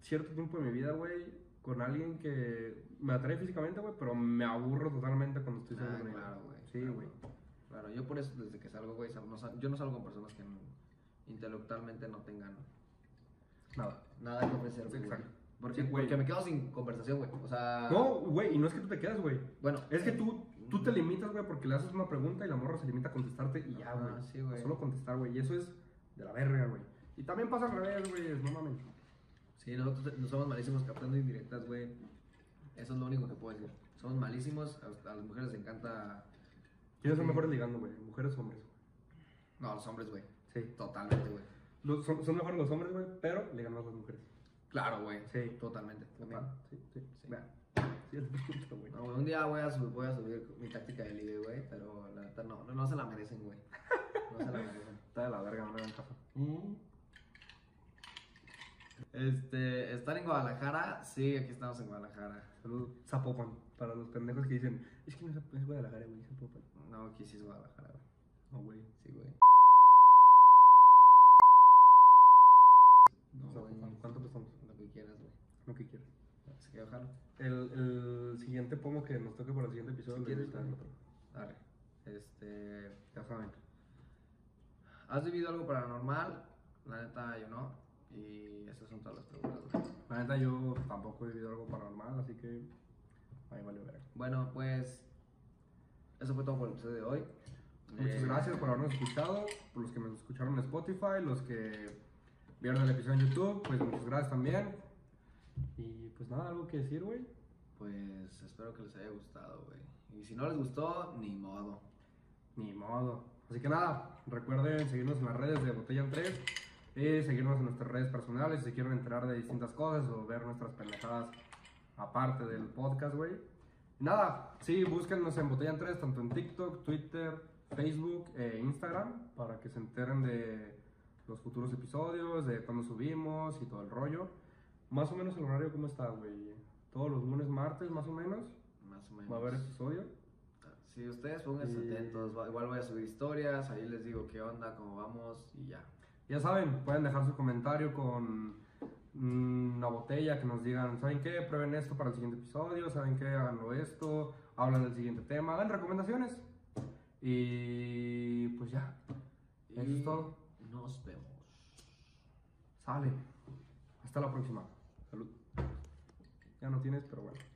S1: cierto tiempo de mi vida, güey, con alguien que me atrae físicamente, güey, pero me aburro totalmente cuando estoy saliendo
S2: Ah,
S1: con ella.
S2: claro, güey.
S1: Sí,
S2: claro.
S1: güey.
S2: Claro, yo por eso desde que salgo, güey, sal- no sal- yo no salgo con personas que no- intelectualmente no tengan
S1: Nada.
S2: nada que ofrecer, güey.
S1: Exacto.
S2: Porque,
S1: Sí, güey.
S2: porque me quedo sin conversación, güey. O sea,
S1: No, güey, y no es que tú te quedas, güey.
S2: bueno,
S1: Es que tú, tú te limitas, güey, porque le haces una pregunta y la morra se limita a contestarte y ya,
S2: Ajá,
S1: güey.
S2: sí, güey.
S1: Solo contestar, güey. Y eso es de la verga, güey. Y también pasa al revés, güey. No mames.
S2: sí, nosotros nos somos malísimos captando indirectas, güey. Eso es lo único que puedo decir. pues, Somos malísimos, a, a las mujeres les encanta,
S1: ¿Quiénes son mejores ligando, güey? ¿Mujeres o hombres?
S2: no, a los hombres, güey.
S1: Sí.
S2: Totalmente, güey.
S1: Los- son, son mejores los hombres, güey, pero le ganan más las mujeres.
S2: Claro, güey.
S1: Sí.
S2: Totalmente. también.
S1: Ah, Sí, sí.
S2: Sí.
S1: Vea. Sí, es punto, güey.
S2: No, güey, un día voy a, sub- voy a subir mi táctica de ligue, güey, pero la neta no, no, no se la merecen, güey. No se la merecen. Mm.
S1: Está de la verga, no me hagan caso.
S2: Este, estar en Guadalajara, sí, aquí estamos en Guadalajara.
S1: Saludos. Zapopan. Para los pendejos que dicen, es que no es es Guadalajara, güey, Zapopan.
S2: No, aquí sí es Guadalajara, güey.
S1: No, güey.
S2: Sí, güey. No, güey,
S1: Zapopan. ¿Cuánto prestamos?
S2: lo que quieras, güey.
S1: Lo que quieras.
S2: Así que ojalá.
S1: El, el siguiente pomo que nos toque para el siguiente episodio.
S2: Si
S1: le
S2: quieres,
S1: gusta
S2: güey.
S1: el otro.
S2: Dale. Este,
S1: Ya saben.
S2: ¿has vivido algo paranormal? La neta, yo no. Y esas son todas las preguntas, güey.
S1: La neta, yo tampoco he vivido algo paranormal, así que. Ahí vale verga.
S2: Bueno, pues eso fue todo por el episodio de hoy.
S1: Muchas
S2: Eh,
S1: gracias por habernos escuchado, por los que nos escucharon en Spotify, los que vieron el episodio en YouTube, pues muchas gracias también. Y pues nada, algo que decir, güey.
S2: Pues espero que les haya gustado, güey. Y si no les gustó, ni modo.
S1: Ni modo. Así que nada, recuerden seguirnos en las redes de Botella en 3, eh, seguirnos en nuestras redes personales si se quieren enterar de distintas cosas o ver nuestras pendejadas aparte del podcast, güey. Nada, sí, búsquennos en Botella en 3, tanto en TikTok, Twitter, Facebook e Instagram, para que se enteren de los futuros episodios, de cuándo subimos y todo el rollo. Más o menos el horario, ¿cómo está, güey? Todos los lunes, martes, más o menos,
S2: Más o menos.
S1: va a haber episodio.
S2: Si ustedes pónganse
S1: Y-
S2: atentos, va- igual voy a subir historias, ahí les digo qué onda, cómo vamos y ya.
S1: Ya saben, pueden dejar su comentario con mm, una botella que nos digan, ¿saben qué? Prueben esto para el siguiente episodio, ¿saben qué? Háganlo esto, hablan del siguiente tema, hagan recomendaciones. Y pues ya,
S2: Y
S1: Eso es todo.
S2: Nos vemos.
S1: sale. Hasta la próxima. Salud. Ya no tienes, pero bueno.